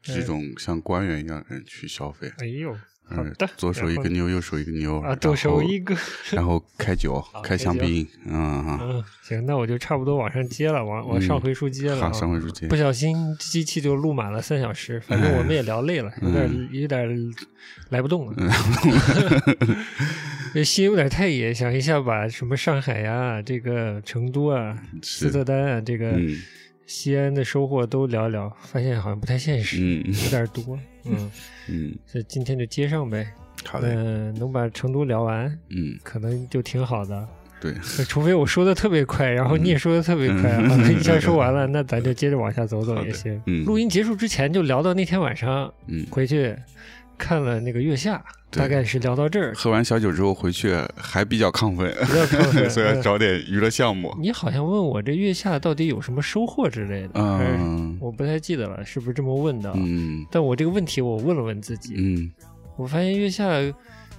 A: 这种像官员一样的人去消费，
B: 哎呦，好
A: 嗯
B: 的，，
A: 左手一个
B: 然后
A: 妞，右手一个妞，
B: 啊，左手一
A: 个，
B: 个，
A: 然后开酒，开香槟，嗯，
B: 嗯，行，那我就差不多往上接了，往往上回书接了、啊
A: 好，上回书接
B: 不，小心机器就录满了三小时，反正我
A: 哎
B: 们也聊累了，有
A: 嗯
B: 点有点来不动了，这 心有点太野，想一下把什么上海呀、这个成都啊、斯特丹啊、这个
A: 嗯
B: 西安的收获都聊一聊，发现好像不太现实，
A: 嗯
B: 有点多。嗯，
A: 嗯，
B: 所以今天就接上呗。
A: 好嘞，
B: 嗯，能把成都聊完，
A: 嗯，
B: 可能就挺好的。
A: 对，
B: 除非我说的特别快，然后你也说的特别快，
A: 嗯
B: 好像一下说完了，那咱就接着往下走走也行。
A: 嗯
B: 录音结束之前就聊到那天晚上
A: 嗯，
B: 回去看了那个月下，
A: 对
B: 大概是聊到这儿。
A: 喝完小酒之后回去还比较亢
B: 比较亢奋
A: 奋， 所以要找点娱乐项目，
B: 呃你好像问我这月下到底有什么收获之类的，还是
A: 嗯
B: 我不太记得了，是不是这么问的？啊
A: 嗯
B: 但我这个问题我问了问自己，
A: 嗯
B: 我发现月下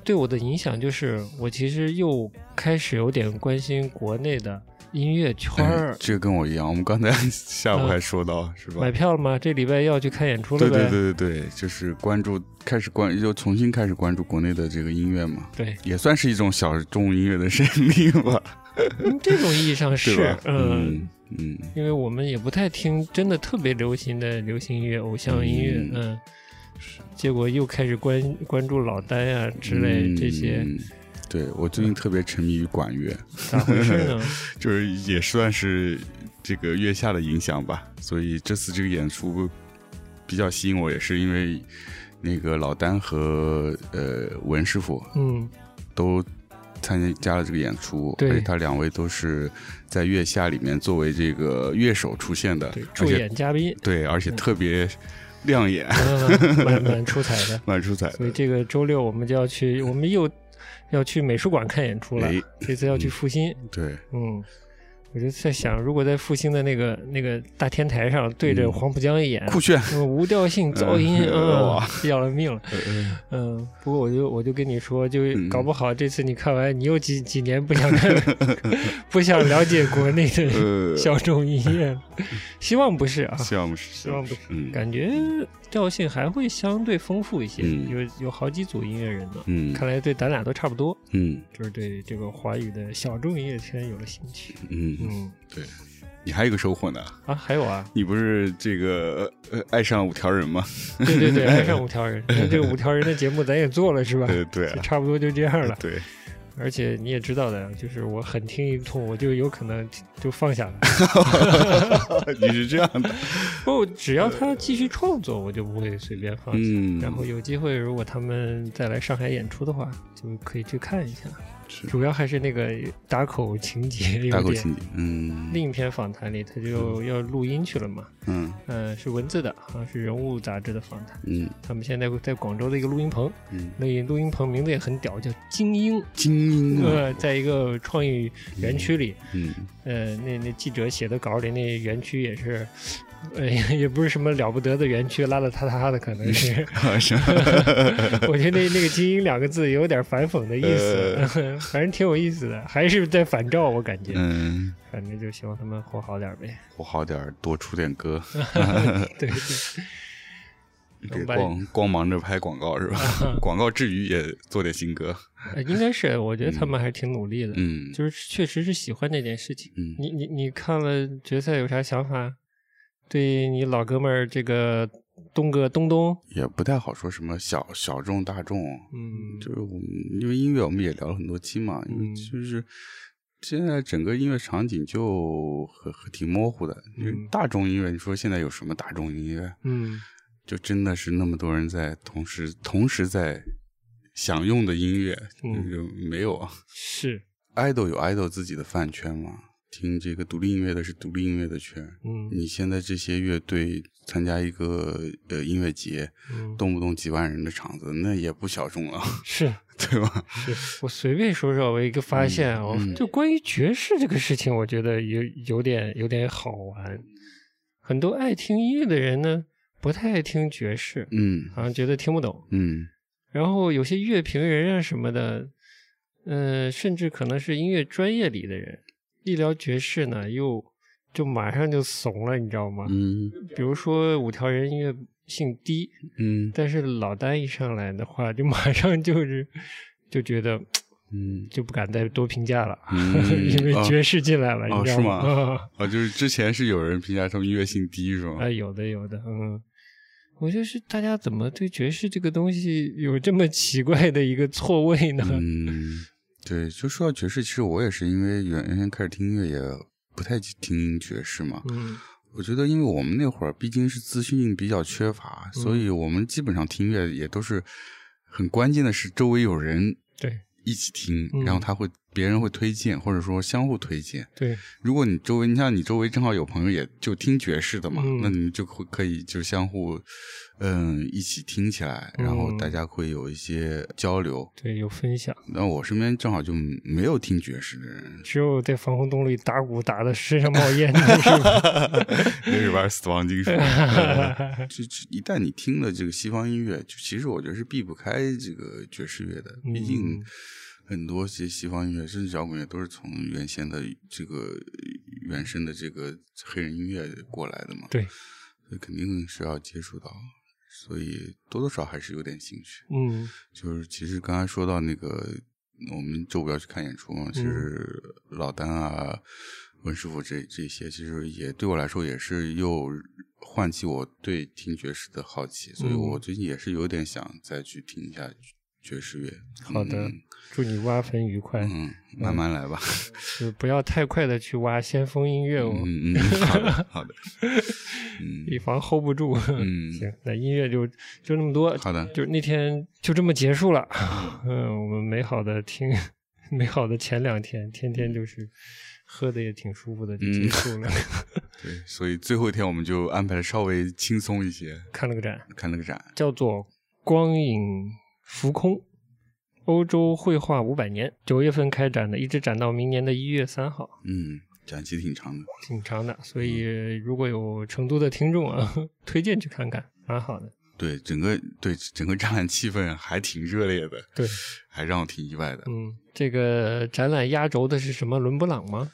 B: 对我的影响就是，我其实又开始有点关心国内的音乐
A: 嗯
B: 圈
A: 哎
B: 儿。嗯
A: 这个跟我一样，我们刚才 下午还说到是吧
B: 买？票了吗？这礼拜要去看演出了
A: 对
B: 呗？
A: 对对对对，就是关注，开始关，又重新开始关注国内的这个音乐嘛，
B: 对
A: 也算是一种小众音乐的胜利 吧，
B: 嗯这种意义上
A: 对
B: 是
A: 吧，？
B: 嗯，
A: 嗯嗯
B: 因为我们也不太听真的特别流行的流行音乐、偶像音乐，
A: 嗯
B: 嗯，结果又开始关关注老丹呀、之类
A: 嗯
B: 这些，
A: 对我最近特别沉迷于管乐，
B: 咋回事 呢？
A: 就是也算是这个月下的影响吧。所以这次这个演出比较吸引我，也是因为那个老丹和呃文师傅
B: 嗯，
A: 都参加了这个演出，
B: 对
A: 而且他两位都是在月下里面作为这个乐手出现的
B: 对，，
A: 而
B: 助
A: 且
B: 演 嘉宾，
A: 对，而且特别亮眼，
B: 嗯蛮蛮出彩的。
A: 蛮出彩
B: 所以
A: 的。
B: 这个周六我们就要去，我们又要去美术馆看演出了
A: 哎。
B: 这次要去复兴，
A: 对，
B: 嗯，我就在想，如果在复兴的那个那个大天台上对
A: 嗯
B: 着黄浦江一演，
A: 酷炫，
B: 什么无调性噪音，
A: 嗯
B: 嗯
A: 哇，
B: 要了命了。嗯，不过我就我就跟你说，就
A: 嗯
B: 搞不好这次你看完，你又几几年不想看， 不想了解国内的
A: 呃，
B: 小众音乐了，希望不是啊。
A: 项目嗯是
B: 希望不是，
A: 嗯
B: 感觉调性还会相对丰富一些，
A: 嗯
B: 有有好几组音乐人呢。
A: 嗯
B: 看来对咱俩都差不多，
A: 嗯
B: 就是对这个华语的小众音乐圈有了兴趣。
A: 嗯，
B: 嗯
A: 对，你还有一个收获呢。，
B: 啊，还有啊
A: 你不是这个呃爱上五条人 吗？
B: 对对对，爱上五 条人，那这个五条人的节目咱也做了是吧？
A: 呃，对
B: 就
A: 啊，
B: 差不多就这样了。
A: 对，
B: 而且你也知道的，就是我狠听一通，我就有可能就 放下了。
A: 你是这样 的，
B: 不，只要他继续创作，我就不会随便放弃。
A: 嗯，
B: 然后有机会，如果他们再来上海演出的话，就可以去看一下。
A: 是
B: 主要还是那个打口情节有
A: 大口
B: 点。
A: 情嗯景，嗯
B: 另一篇访谈里，他就要录音去了嘛，
A: 嗯
B: 嗯、是文字的，好像是人物杂志的访谈。
A: 嗯
B: 他们现在在广州的一个录音棚，
A: 嗯，
B: 那录音棚名字也很屌，叫精英。
A: 精英啊，
B: 呃，在一个创意园区里，
A: 嗯
B: 呃，那那记者写的稿里，那园区也是， 呃，也也不是什么了不得的园区，邋邋遢遢的，可 能是。
A: 好像
B: 我觉得那那个“精英”两个字有点反讽的意思， 反正挺有意思的，还是在反照我感觉。
A: 呃嗯，
B: 反正就希望他们活好点儿 呗。
A: 我好点儿，多出点歌，
B: 对，对
A: 别
B: 我呃把啊
A: 光光忙着拍广告是吧？ 广告之余也做点新歌，
B: 呃应该是，我觉得他们还是挺努力的，
A: 嗯
B: 就是确实是喜欢这件事情。
A: 嗯
B: 你你你看了决赛有啥想法？对你老哥们儿这个东哥东东，
A: 也不太好说什么小小众大众，
B: 嗯，
A: 就是我们因为音乐我们也聊了很多期嘛，因为
B: 嗯
A: 就是现在整个音乐场景就很很挺模糊的。因为
B: 嗯
A: 大众音乐，你说现在有什么大众音乐？
B: 嗯，
A: 就真的是那么多人在同时同时在享用的音乐，
B: 嗯
A: 就没有啊。
B: 是
A: idol 有 idol 自己的饭圈嘛，听这个独立音乐的是独立音乐的圈。
B: 嗯
A: 你现在这些乐队参加一个呃音乐节，
B: 嗯，
A: 动不动几万人的场子，那也不小众了，
B: 是
A: 对吧？
B: 是，我随便说说我一个发现啊、
A: 嗯嗯
B: 就关于爵士这个事情，我觉得有有点有点好玩。很多爱听音乐的人呢，不太爱听爵士，
A: 嗯
B: 好像觉得听不懂。
A: 嗯
B: 然后有些乐评人啊什么的，呃，甚至可能是音乐专业里的人，一聊爵士呢，又就马上就怂了，你知道吗？
A: 嗯
B: 比如说五条人音乐性低，
A: 嗯
B: 但是老丹一上来的话，就马上就是就觉得
A: 嗯，
B: 就不敢再多评价了，
A: 嗯
B: 因为
A: 啊
B: 爵士进来了，
A: 哦
B: 你知道吗？
A: 是
B: 啊
A: 啊，就是之前是有人评价他们音乐性低是吗
B: 啊，？有的有的，嗯，我就是大家怎么对爵士这个东西有这么奇怪的一个错位呢？
A: 嗯， 对，就说到爵士，其实我也是因为原原先开始听音乐也不太听爵士嘛。
B: 嗯
A: 我觉得，因为我们那会儿毕竟是资讯比较缺乏，
B: 嗯
A: 所以我们基本上听音乐也都是很关键的是周围有人
B: 对
A: 一起听，
B: 嗯
A: 然后他会别人会推荐，或者说相互推荐。
B: 对，
A: 如果你周围，你像你周围正好有朋友也就听爵士的嘛，
B: 嗯
A: 那你们就会可以就相互嗯一起听起来，然后
B: 嗯
A: 大家会有一些交流。
B: 对，有分享，
A: 那我身边正好就没有听爵士的人，
B: 只有在防空洞里打鼓打的身上冒烟的是吧？
A: 那是玩死亡金属。就就一旦你听了这个西方音乐，就其实我觉得是避不开这个爵士乐的，
B: 嗯
A: 毕竟很多些西方音乐，甚至摇滚乐都是从原先的这个原生的这个黑人音乐过来的嘛。
B: 对，
A: 所以肯定是要接触到，所以多多少还是有点兴趣。
B: 嗯
A: 就是其实刚才说到那个，我们周五要去看演出嘛，
B: 嗯
A: 其实老丹啊、文师傅这这些，其实也对我来说也是又唤起我对听爵士的好奇，所以
B: 嗯
A: 我最近也是有点想再去听一下爵士乐。
B: 好的祝你挖坟愉快，
A: 嗯，嗯，慢慢来吧。
B: 就是不要太快的去挖先锋音乐哦，
A: 嗯嗯，好的好的，
B: 以
A: 嗯
B: 防 hold 不住。
A: 嗯，
B: 行，那音乐就就那么多，
A: 好的，
B: 就那天就这么结束了。 嗯，我们美好的听，美好的前两天，天天就是喝的也挺舒服的，就
A: 嗯
B: 结束了。
A: 对，所以最后一天我们就安排的稍微轻松一些，
B: 看了个展，
A: 看那个展。
B: 叫做《光影浮空：欧洲绘画五百年》，九月份开展的，一直展到明年的一月三号，
A: 嗯，展期挺长的。
B: 挺长的。所
A: 嗯
B: 以如果有成都的听众啊， 推荐去看看，蛮好的。
A: 对，整个对整个展览气氛还挺热烈的，
B: 对，
A: 还让我挺意外的。
B: 嗯，这个展览压轴的是什么？伦勃朗吗？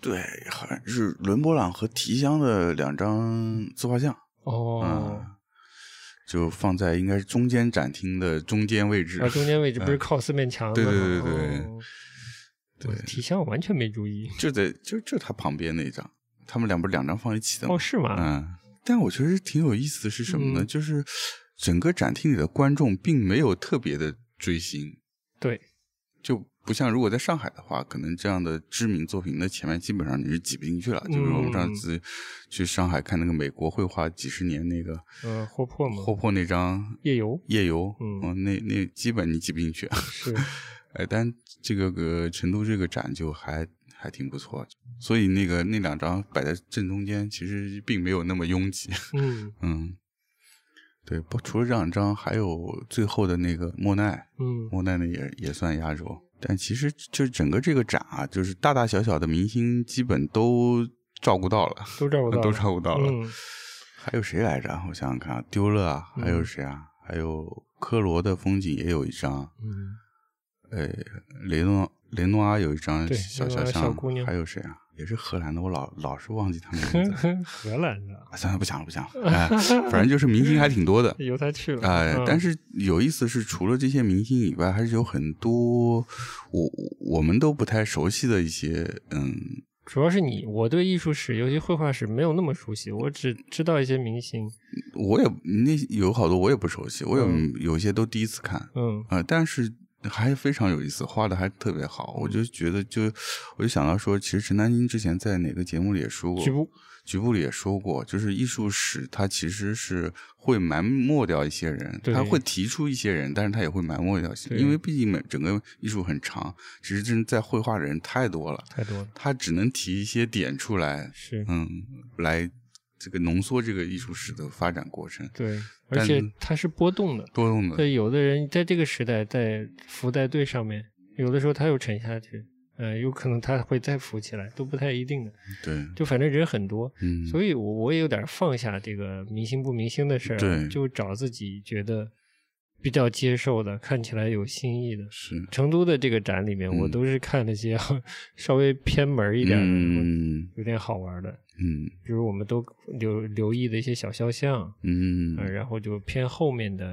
A: 对，好像是伦勃朗和提香的两张自画像，
B: 哦，
A: 嗯，就放在应该是中间展厅的中间位置。
B: 然啊后中间位置不是靠四面墙的
A: 啊对
B: 吗？
A: 对对对
B: 哦我提香我完全没注意。
A: 就在就就他旁边那张，他们两不是两张放一起的吗？
B: 哦，是吗？
A: 嗯，但我觉得挺有意思的是什么呢？
B: 嗯
A: 就是整个展厅里的观众并没有特别的追星，
B: 对，
A: 就不像如果在上海的话，可能这样的知名作品，那前面基本上你是挤不进去了。就比如我们上次去上海看那个美国绘画几十年那个
B: 呃，霍珀嘛，
A: 霍珀那张
B: 夜游
A: 夜游，哦
B: 嗯
A: 那那基本你挤不进去。
B: 是，
A: 哎，但这个个成都这个展就还还挺不错，所以那个那两张摆在正中间，其实并没有那么拥挤。
B: 嗯
A: 嗯，对，不，除了这两张，还有最后的那个莫奈，
B: 嗯
A: 莫奈呢也也算压轴。但其实就整个这个展啊，就是大大小小的明星基本都照顾到了，
B: 都照顾到 了，
A: 都照顾到了。
B: 嗯
A: 还有谁来着？我想想看啊，丢勒啊，还有
B: 嗯
A: 谁啊？还有科罗的风景也有一张，
B: 嗯，
A: 呃，雷诺雷诺阿有一张
B: 对
A: 小
B: 雷
A: 小
B: 诺阿
A: 像，
B: 小姑娘
A: 还有谁啊？也是荷兰的，我老老是忘记他们的名字。
B: 荷兰的
A: 啊算了，不想了，不想了。哎，反正就是明星还挺多的。
B: 由他去了，
A: 哎，
B: 嗯
A: 但是有意思是，除了这些明星以外，还是有很多我我们都不太熟悉的一些，嗯，
B: 主要是你，我对艺术史，尤其绘画史没有那么熟悉，我只知道一些明星，
A: 我也那有好多我也不熟悉，我有、
B: 嗯
A: 有一些都第一次看，
B: 嗯
A: 呃，但是还非常有意思，画的还特别好。我就觉得就，我就想到说，其实陈丹青之前在哪个节目里也说过，
B: 局部
A: 局部里也说过，就是艺术史它其实是会埋没掉一些人，
B: 对
A: 它会提出一些人，但是它也会埋没掉一些，
B: 对
A: 因为毕竟每整个艺术很长，只是真在绘画的人太多了，
B: 太多了，
A: 他只能提一些点出来，
B: 是
A: 嗯，来这个浓缩这个艺术史的发展过程，
B: 对，
A: 但
B: 而且它是波动的，
A: 多用的
B: 对，有的人在这个时代在浮在队上面，有的时候他又沉下去，呃，有可能他会再浮起来，都不太一定的。
A: 对，
B: 就反正人很多，
A: 嗯，
B: 所以我我也有点放下这个明星不明星的事儿啊，
A: 对
B: 就找自己觉得比较接受的，看起来有新意的。
A: 是，
B: 成都的这个展里面，我
A: 嗯
B: 都是看那些 稍微偏门一点的，
A: 嗯
B: 有点好玩的，
A: 嗯
B: 比如我们都留留意的一些小肖像，
A: 嗯
B: 呃，然后就偏后面的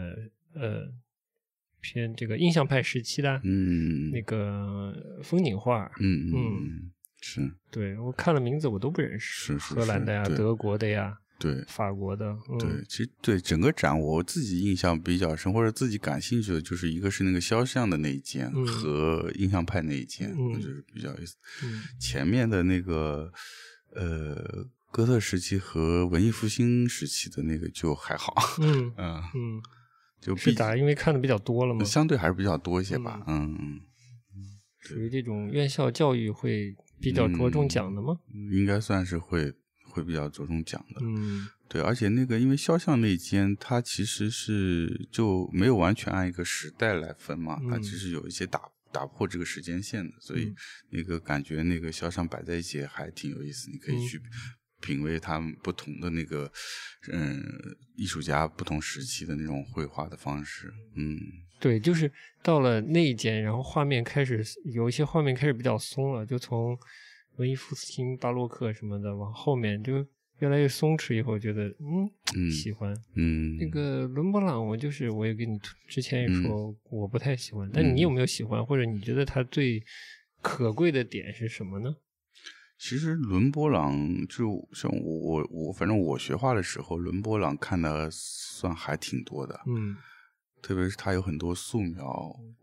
B: 呃，偏这个印象派时期的啊、
A: 嗯，
B: 那个风景画，
A: 嗯
B: 嗯
A: 嗯是
B: 对我看了名字我都不认识，
A: 是是
B: 荷兰的呀、
A: 是对
B: 德国的呀、
A: 对。
B: 法国的，嗯、
A: 对，其实对整个展，我自己印象比较深，或者自己感兴趣的，就是一个是那个肖像的那一件
B: 嗯
A: 和印象派那一件，
B: 嗯
A: 我觉得比较有意思。
B: 嗯
A: 前面的那个，呃，哥特时期和文艺复兴时期的那个就还好，
B: 嗯
A: 嗯，
B: 嗯，
A: 就是比
B: 的，因为看的比较多了嘛，
A: 相对还是比较多一些吧，嗯，
B: 属于这种院校教育会比较着
A: 嗯
B: 重讲的吗？
A: 应该算是会会比较着重讲的。
B: 嗯
A: 对，而且那个因为肖像那间，它其实是就没有完全按一个时代来分嘛，它
B: 嗯
A: 其实有一些打打破这个时间线的，所以
B: 嗯
A: 那个感觉那个肖像摆在一起还挺有意思，你可以
B: 嗯
A: 去品味他们不同的那个嗯艺术家不同时期的那种绘画的方式，嗯，
B: 对，就是到了那一间，然后画面开始有一些画面开始比较松了，就从文艺复兴、巴洛克什么的往后面就越来越松弛。以后觉得嗯
A: 嗯
B: 喜欢、
A: 嗯，
B: 那个伦勃朗，我就是我也跟你之前也说、我不太喜欢，但
A: 嗯
B: 你有没有喜欢，或者你觉得它最可贵的点是什么呢？
A: 其实伦勃朗就像我我我反正我学画的时候，伦勃朗看的算还挺多的，
B: 嗯
A: 特别是他有很多素描，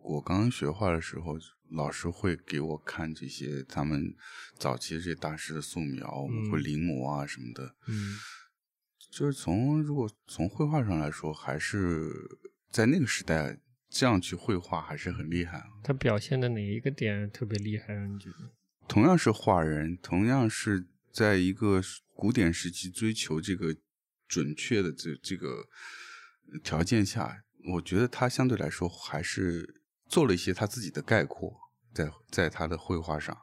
A: 我刚刚学画的时候，老师会给我看这些他们早期这些大师的素描，我们会临摹啊什么的。
B: 嗯
A: 就是从如果从绘画上来说，还是在那个时代这样去绘画还是很厉害。啊
B: 它表现的哪一个点特别厉害，让你觉得？
A: 同样是画人，同样是在一个古典时期追求这个准确的这这个呃条件下，我觉得他相对来说还是做了一些他自己的概括，在在他的绘画上，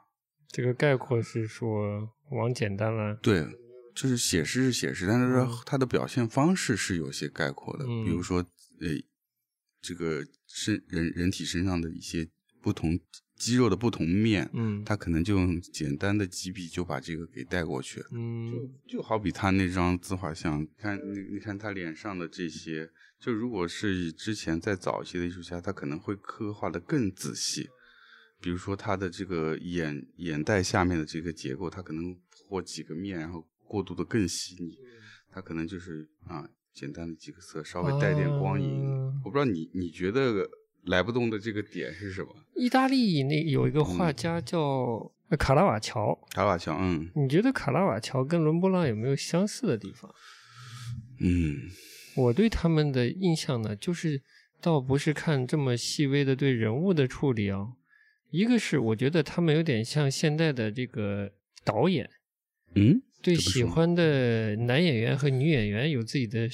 B: 这个概括是说往简单了，
A: 对，就是写诗是写诗，但是
B: 嗯
A: 说他的表现方式是有些概括的，
B: 嗯
A: 比如说呃，这个身人人体身上的一些不同肌肉的不同面，
B: 嗯
A: 他可能就用简单的几笔就把这个给带过去了。
B: 嗯
A: 就就好比他那张自画像，你看你你看他脸上的这些，就如果是之前再早一些的艺术家，他可能会刻画的更仔细，比如说他的这个眼眼袋下面的这个结构，他可能或几个面，然后过渡的更细腻，
B: 嗯
A: 他可能就是啊简单的几个色，稍微带点光影。
B: 啊
A: 我不知道你你觉得来不动的这个点是什么？
B: 意大利那有一
A: 嗯
B: 个画家叫呃卡拉瓦乔，
A: 卡瓦乔，嗯
B: 你觉得卡拉瓦乔跟伦勃朗有没有相似的地方？
A: 嗯
B: 我对他们的印象呢，就是倒不是看这么细微的对人物的处理哦，一个是我觉得他们有点像现代的这个导演，
A: 嗯
B: 对
A: 怎么说
B: 喜欢的男演员和女演员有自己的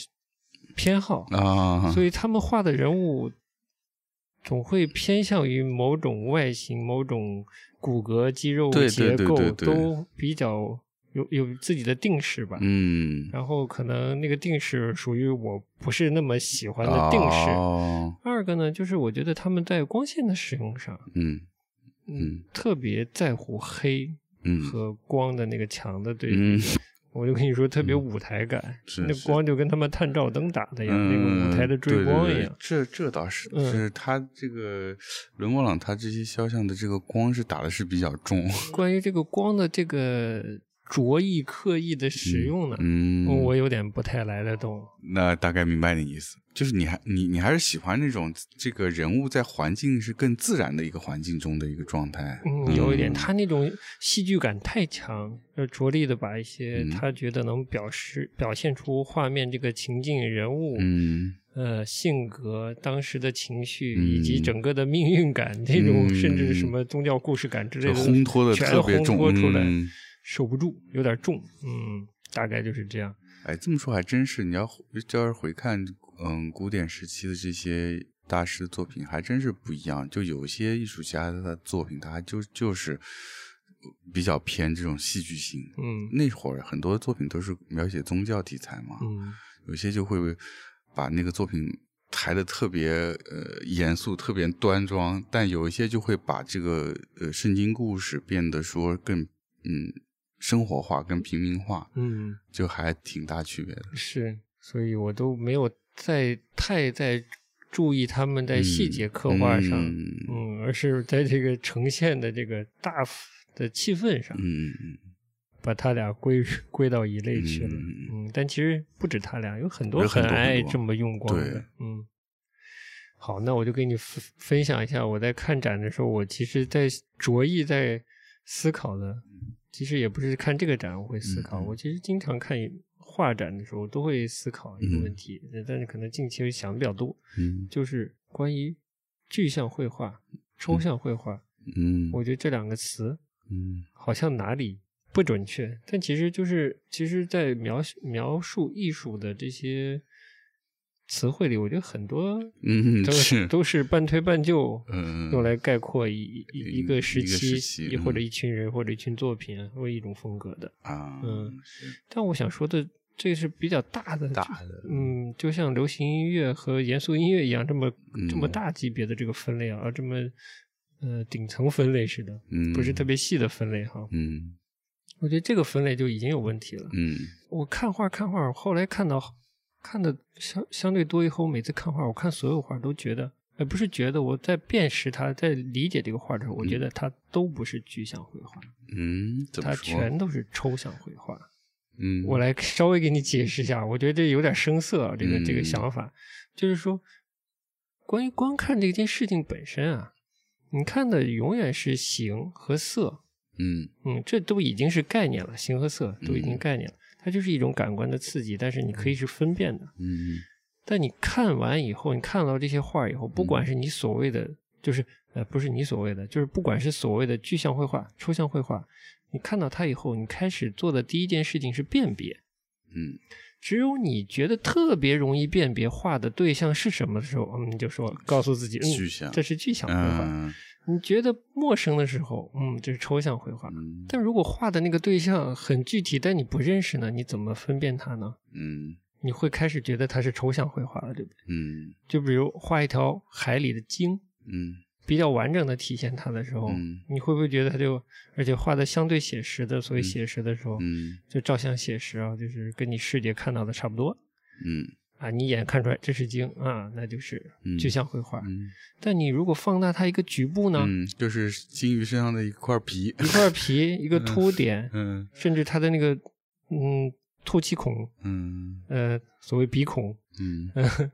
B: 偏好，
A: 啊，
B: 所以他们画的人物总会偏向于某种外形、某种骨骼、肌肉
A: 对
B: 结
A: 对对
B: 构
A: 对对
B: 都比较有有自己的定式吧。
A: 嗯。
B: 然后可能那个定式属于我不是那么喜欢的定式。
A: 哦，
B: 二个呢，就是我觉得他们在光线的使用上，
A: 嗯嗯
B: 特别在乎黑
A: 嗯，
B: 和光的那个强的对比。
A: 嗯
B: 我就跟你说，特别舞台感，
A: 是
B: 那
A: 是
B: 光就跟他们探照灯打的一样，
A: 嗯
B: 那个舞台的追光
A: 对对
B: 一
A: 对
B: 样。
A: 这这倒是，
B: 嗯
A: 就是他这个伦勃朗，他这些肖像的这个光是打的是比较重，
B: 关于这个光的这个着意刻意的使用呢？
A: 嗯，
B: 我有点不太来得动。
A: 那大概明白你意思，就是你还你你还是喜欢那种这个人物在环境是更自然的一个环境中的一个状态。
B: 嗯，有一点，他那种戏剧感太强，就着力的把一些
A: 嗯
B: 他觉得能表示、表现出画面这个情境、人物、
A: 嗯，
B: 呃性格、当时的情绪
A: 嗯
B: 以及整个的命运感，这种甚至什么宗教故事感之类
A: 这
B: 的，
A: 烘托的
B: 全
A: 特别重
B: 烘托出来，
A: 嗯
B: 守不住，有点重。嗯，大概就是这样。
A: 哎，这么说还真是，你要回要是回看，嗯，古典时期的这些大师的作品，还真是不一样。就有些艺术家他的作品，他还就就是比较偏这种戏剧性。
B: 嗯
A: 那会儿很多作品都是描写宗教题材嘛，
B: 嗯
A: 有些就会把那个作品抬得特别呃严肃、特别端庄，但有一些就会把这个呃圣经故事变得说更嗯生活化、更平民化。
B: 嗯，
A: 就还挺大区别的。
B: 是，所以我都没有再太在注意他们在细节刻画上，嗯
A: 嗯
B: 而是在这个呈现的这个大 f- 的气氛上，
A: 嗯嗯
B: 把他俩归归到一类去了。
A: 嗯
B: 嗯但其实不止他俩，有很多
A: 有很多
B: 爱
A: 很多
B: 这么用光的
A: 对。
B: 嗯，好，那我就给你分分享一下，我在看展的时候，我其实在着意在思考的。其实也不是看这个展我会思考，
A: 嗯嗯
B: 我其实经常看画展的时候都会思考一个问题，但是可能近期想的比较多，
A: 嗯
B: 就是关于具象绘画、抽象绘画，
A: 嗯，
B: 我觉得这两个词
A: 嗯
B: 好像哪里不准确，但其实就是，其实，在描写描述艺术的这些词汇里，我觉得很多
A: 嗯
B: 都
A: 是
B: 都是半推半就，
A: 嗯
B: 用来概括一一一个时
A: 一个
B: 期，
A: 时期
B: 一或者
A: 嗯
B: 一群人或者一群作品或者一种风格的。
A: 啊
B: 嗯
A: 是
B: 但我想说的，这是比较大的，
A: 大
B: 就
A: 的
B: 嗯，就像流行音乐和严肃音乐一样，这么这么
A: 嗯
B: 大级别的这个分类啊，这么呃顶层分类似的，
A: 嗯
B: 不是特别细的分类哈。
A: 嗯
B: 我觉得这个分类就已经有问题了。
A: 嗯
B: 我看画看画，后来看到看的相相对多以后，每次看画，我看所有画都觉得，呃，不是觉得我在辨识它，在理解这个画的时候，我觉得它都不是具象绘画，
A: 嗯怎
B: 它
A: 么说
B: 全都是抽象绘画。
A: 嗯
B: 我来稍微给你解释一下，我觉得这有点生涩啊，这个、这个
A: 嗯
B: 想法，就是说，关于光看这件事情本身啊，你看的永远是形和色，
A: 嗯
B: 嗯，这都已经是概念了，形和色都已经
A: 嗯
B: 概念了，它就是一种感官的刺激，但是你可以是分辨的。
A: 嗯
B: 但你看完以后，你看到这些画以后，不
A: 嗯
B: 管是你所谓的，就是呃，不是你所谓的，就是不管是所谓的具象绘画、抽象绘画，你看到它以后，你开始做的第一件事情是辨别。
A: 嗯
B: 只有你觉得特别容易辨别画的对象是什么的时候，嗯，你就说告诉自己，嗯，
A: 具象
B: 这是具象绘画。
A: 嗯
B: 你觉得陌生的时候，嗯，这是抽象绘画。
A: 嗯
B: 但如果画的那个对象很具体，但你不认识呢，你怎么分辨它呢？
A: 嗯
B: 你会开始觉得它是抽象绘画了，对不对？
A: 嗯
B: 就比如画一条海里的鲸，
A: 嗯
B: 比较完整的体现它的时候，
A: 嗯
B: 你会不会觉得它就，而且画的相对写实的，所谓写实的时候，
A: 嗯
B: 就照相写实啊，就是跟你视觉看到的差不多
A: 嗯
B: 啊，你一眼看出来这是鲸啊，那就是
A: 嗯
B: 具象绘画。
A: 嗯
B: 但你如果放大它一个局部呢，
A: 嗯就是金鱼身上的一块皮
B: 一块皮， 一个凸点，
A: 嗯
B: 甚至它的那个嗯透气孔。
A: 嗯
B: 呃，所谓鼻孔，
A: 嗯
B: 呃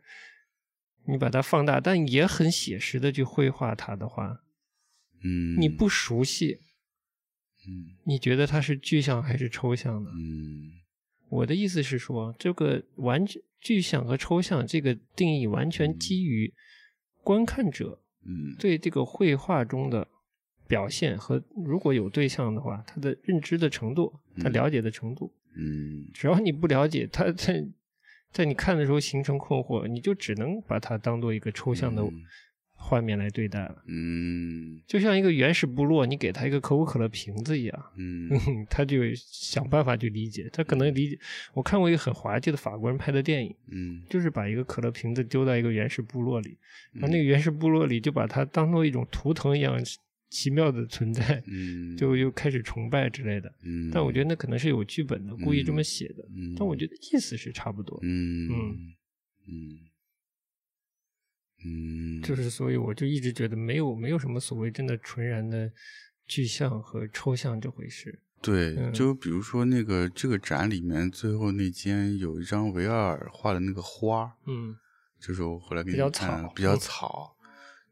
B: 你把它放大，但也很写实的去绘画它的话，
A: 嗯
B: 你不熟悉，
A: 嗯
B: 你觉得它是具象还是抽象呢？
A: 嗯
B: 我的意思是说，这个完具象和抽象这个定义完全基于观看者
A: 嗯
B: 对这个绘画中的表现和如果有对象的话，他的认知的程度，他
A: 嗯
B: 了解的程度。
A: 嗯
B: 只要你不了解，它在在你看的时候形成困惑，你就只能把它当做一个抽象的
A: 嗯
B: 画面来对待了。
A: 嗯
B: 就像一个原始部落，你给他一个可口可乐瓶子一样，
A: 嗯
B: 他就想办法去理解。他可能理解，我看过一个很滑稽的法国人拍的电影，
A: 嗯。
B: 就是把一个可乐瓶子丢到一个原始部落里，然后那个原始部落里就把它当做一种图腾一样奇妙的存在，
A: 嗯，
B: 就又开始崇拜之类的。
A: 嗯，
B: 但我觉得那可能是有剧本的，故意这么写的。
A: 嗯，
B: 但我觉得意思是差不多，
A: 嗯
B: 嗯
A: 嗯嗯，
B: 就是所以我就一直觉得没有没有什么所谓真的纯然的具象和抽象这回事。
A: 对，
B: 嗯
A: 就比如说那个这个展里面最后那间有一张维奥尔画的那个花儿，
B: 嗯，
A: 就是我回来给
B: 比
A: 你
B: 较
A: 看
B: 草
A: 比较
B: 嗯
A: 草。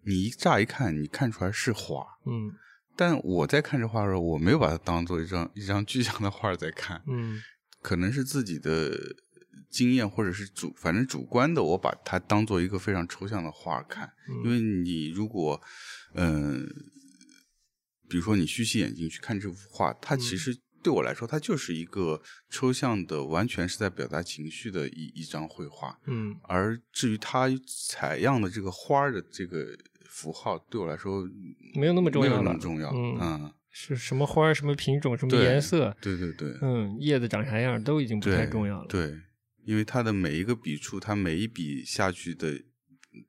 A: 你一乍一看，你看出来是花儿，
B: 嗯
A: 但我在看这画的时候，我没有把它当做一张一张具象的画儿在看，
B: 嗯
A: 可能是自己的经验或者是主，反正主观的，我把它当做一个非常抽象的画儿看。
B: 嗯，
A: 因为你如果，嗯、比如说你虚起眼睛去看这幅画，它其
B: 嗯
A: 实对我来说，它就是一个抽象的，完全是在表达情绪的一一张绘画。
B: 嗯
A: 而至于它采样的这个花儿的这个符号，对我来说
B: 没有那么重
A: 没
B: 要
A: 有那
B: 了
A: 么，重要。
B: 嗯
A: 嗯，
B: 是什么花儿、什么品种、什么
A: 对
B: 颜色，
A: 对对对，
B: 嗯，叶子长啥样都已经不
A: 对，
B: 太重要了。
A: 对，因为它的每一个笔触，它每一笔下去的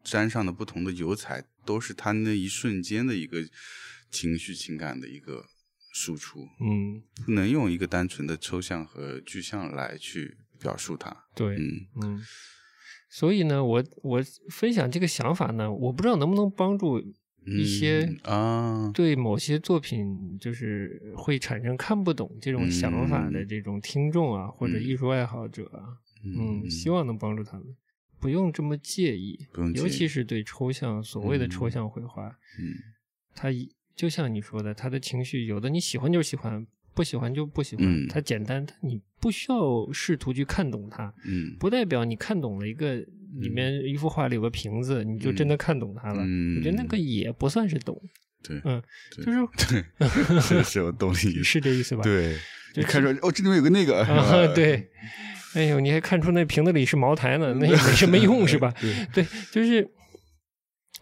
A: 沾上的不同的油彩，都是它那一瞬间的一个情绪情感的一个输出，
B: 嗯，
A: 不能用一个单纯的抽象和具象来去表述它。
B: 对，
A: 嗯
B: 嗯，所以呢，我我分享这个想法呢，我不知道能不能帮助一些
A: 嗯啊，
B: 对某些作品就是会产生看不懂这种想法的
A: 嗯
B: 这种听众啊，或者
A: 嗯
B: 艺术爱好者啊，嗯，希望能帮助他们。不用这么介意
A: 不用，介意
B: 尤其是对抽象所谓的抽
A: 嗯
B: 象绘画，
A: 嗯
B: 它一就像你说的，它的情绪有的你喜欢就喜欢，不喜欢就不喜欢，
A: 嗯
B: 它简单，它你不需要试图去看懂它，
A: 嗯
B: 不代表你看懂了一个里面一幅画里有个瓶子，你就真的看懂它了。
A: 嗯
B: 我觉得那个也不算是懂，
A: 对
B: 嗯，
A: 对
B: 就是
A: 对，是是，我懂你意思。
B: 是这意思吧？，
A: 对，
B: 就
A: 你看出来哦，这里面有个那个
B: 啊，，
A: 嗯
B: 对，哎呦，你还看出那瓶子里是茅台呢，那也没什么 用是吧？对，就是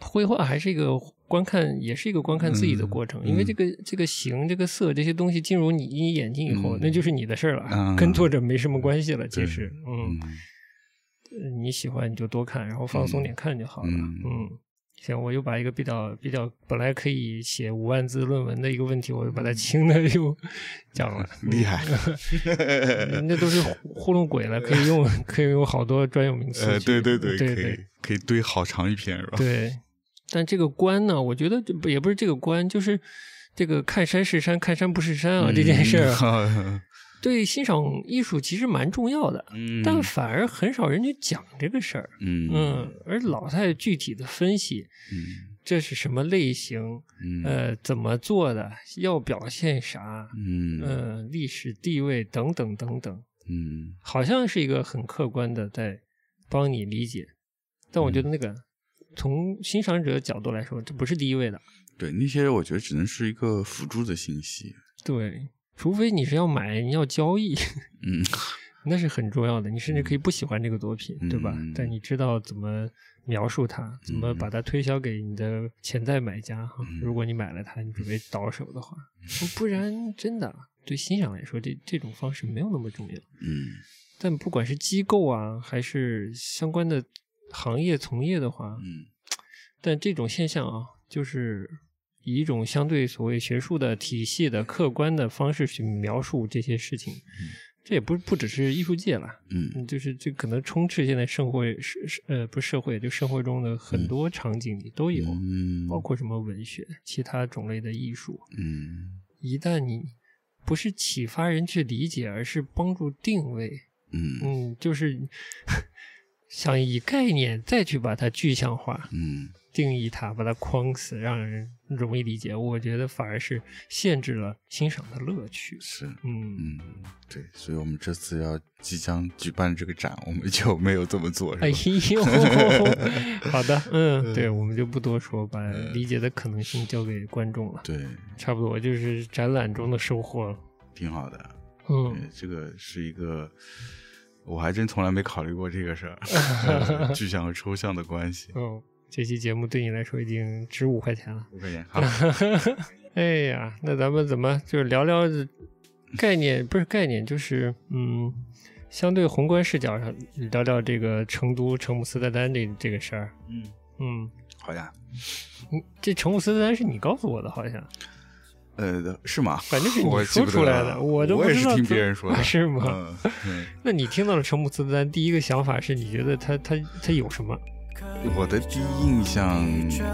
B: 绘画还是一个观看，也是一个观看自己的过程，
A: 嗯
B: 因为这个这个形、这个色这些东西进入你你眼睛以后，
A: 嗯
B: 那就是你的事儿了，
A: 啊
B: 跟作者没什么关系了。其
A: 对
B: 实，嗯
A: 嗯，
B: 呃你喜欢你就多看，然后放松点看就好了。嗯
A: 嗯
B: 行，我又把一个比较比较本来可以写五万字论文的一个问题，我又把它轻的又讲了。
A: 嗯 厉 害，呃
B: 嗯那都是糊糊弄鬼了，可 以用可以用好多专有名词
A: 呃，
B: 去。
A: 对对对，
B: 对
A: 可以可以堆好长一篇是吧？
B: 对，但这个关呢，我觉得这不也不是这个关，就是这个看山是山，看山不是山啊，这件事儿
A: 嗯
B: 啊
A: 儿，
B: 对欣赏艺术其实蛮重要的，
A: 嗯
B: 但反而很少人去讲这个事儿。
A: 嗯
B: 嗯，而老太具体的分析
A: 嗯
B: 这是什么类型，
A: 嗯
B: 呃，怎么做的，要表现啥，
A: 嗯
B: 呃，历史地位等等等等，
A: 嗯
B: 好像是一个很客观的在帮你理解，但我觉
A: 嗯
B: 得那个、从欣赏者角度来说，这不是第一位的。
A: 对，那些我觉得只能是一个辅助的信息。
B: 对，除非你是要买，你要交易，
A: 嗯，
B: 那是很重要的。你甚至可以不喜欢这个作品，对吧
A: 嗯？
B: 但你知道怎么描述它，怎么把它推销给你的潜在买家。哈
A: 嗯
B: 如果你买了它，你准备倒手的话，不然真的啊对欣赏来说，这这种方式没有那么重要。
A: 嗯
B: 但不管是机构啊，还是相关的行业从业的话，
A: 嗯
B: 但这种现象啊，就是以一种相对所谓学术的体系的客观的方式去描述这些事情，这也不不只是艺术界了，
A: 嗯
B: 嗯就是这可能充斥现在社会社呃不是社会，就生活中的很多场景里都有，
A: 嗯，
B: 包括什么文学、其他种类的艺术。
A: 嗯
B: 一旦你不是启发人去理解，而是帮助定位，
A: 嗯
B: 嗯，就是 想以概念再去把它具象化，
A: 嗯
B: 定义它，把它框死，让人容易理解。我觉得反而是限制了欣赏的乐趣。
A: 是
B: 嗯，
A: 嗯对，所以我们这次要即将举办这个展，我们就没有这么做，
B: 哎
A: 是吧？
B: 呦， 好的，嗯，对，我们就不多说，把理解的可能性交给观众了。
A: 对，
B: 差不多就是展览中的收获了。
A: 挺好的。
B: 嗯
A: 对，这个是一个，我还真从来没考虑过这个事儿呃， 具象和抽象的关系。
B: 嗯，这期节目对你来说已经值五块钱了。
A: 五块钱，好，
B: 哎呀，那咱们怎么就是聊聊概念？不是概念，就是嗯，相对宏观视角上聊聊这个成都成姆斯特丹这这个事儿。
A: 嗯，
B: 嗯，
A: 好呀，
B: 嗯这成姆斯特丹是你告诉我的，好像
A: 呃，是吗？
B: 反正是你
A: 我记
B: 说
A: 不得
B: 出来的，
A: 了
B: 我都不
A: 也
B: 知
A: 是
B: 道
A: 听
B: 怎
A: 别人说的，
B: 是吗？
A: 嗯，嗯
B: 那你听到了成姆斯特丹，第一个想法是你觉得它它它有什么？
A: 我的第一印象
C: 卷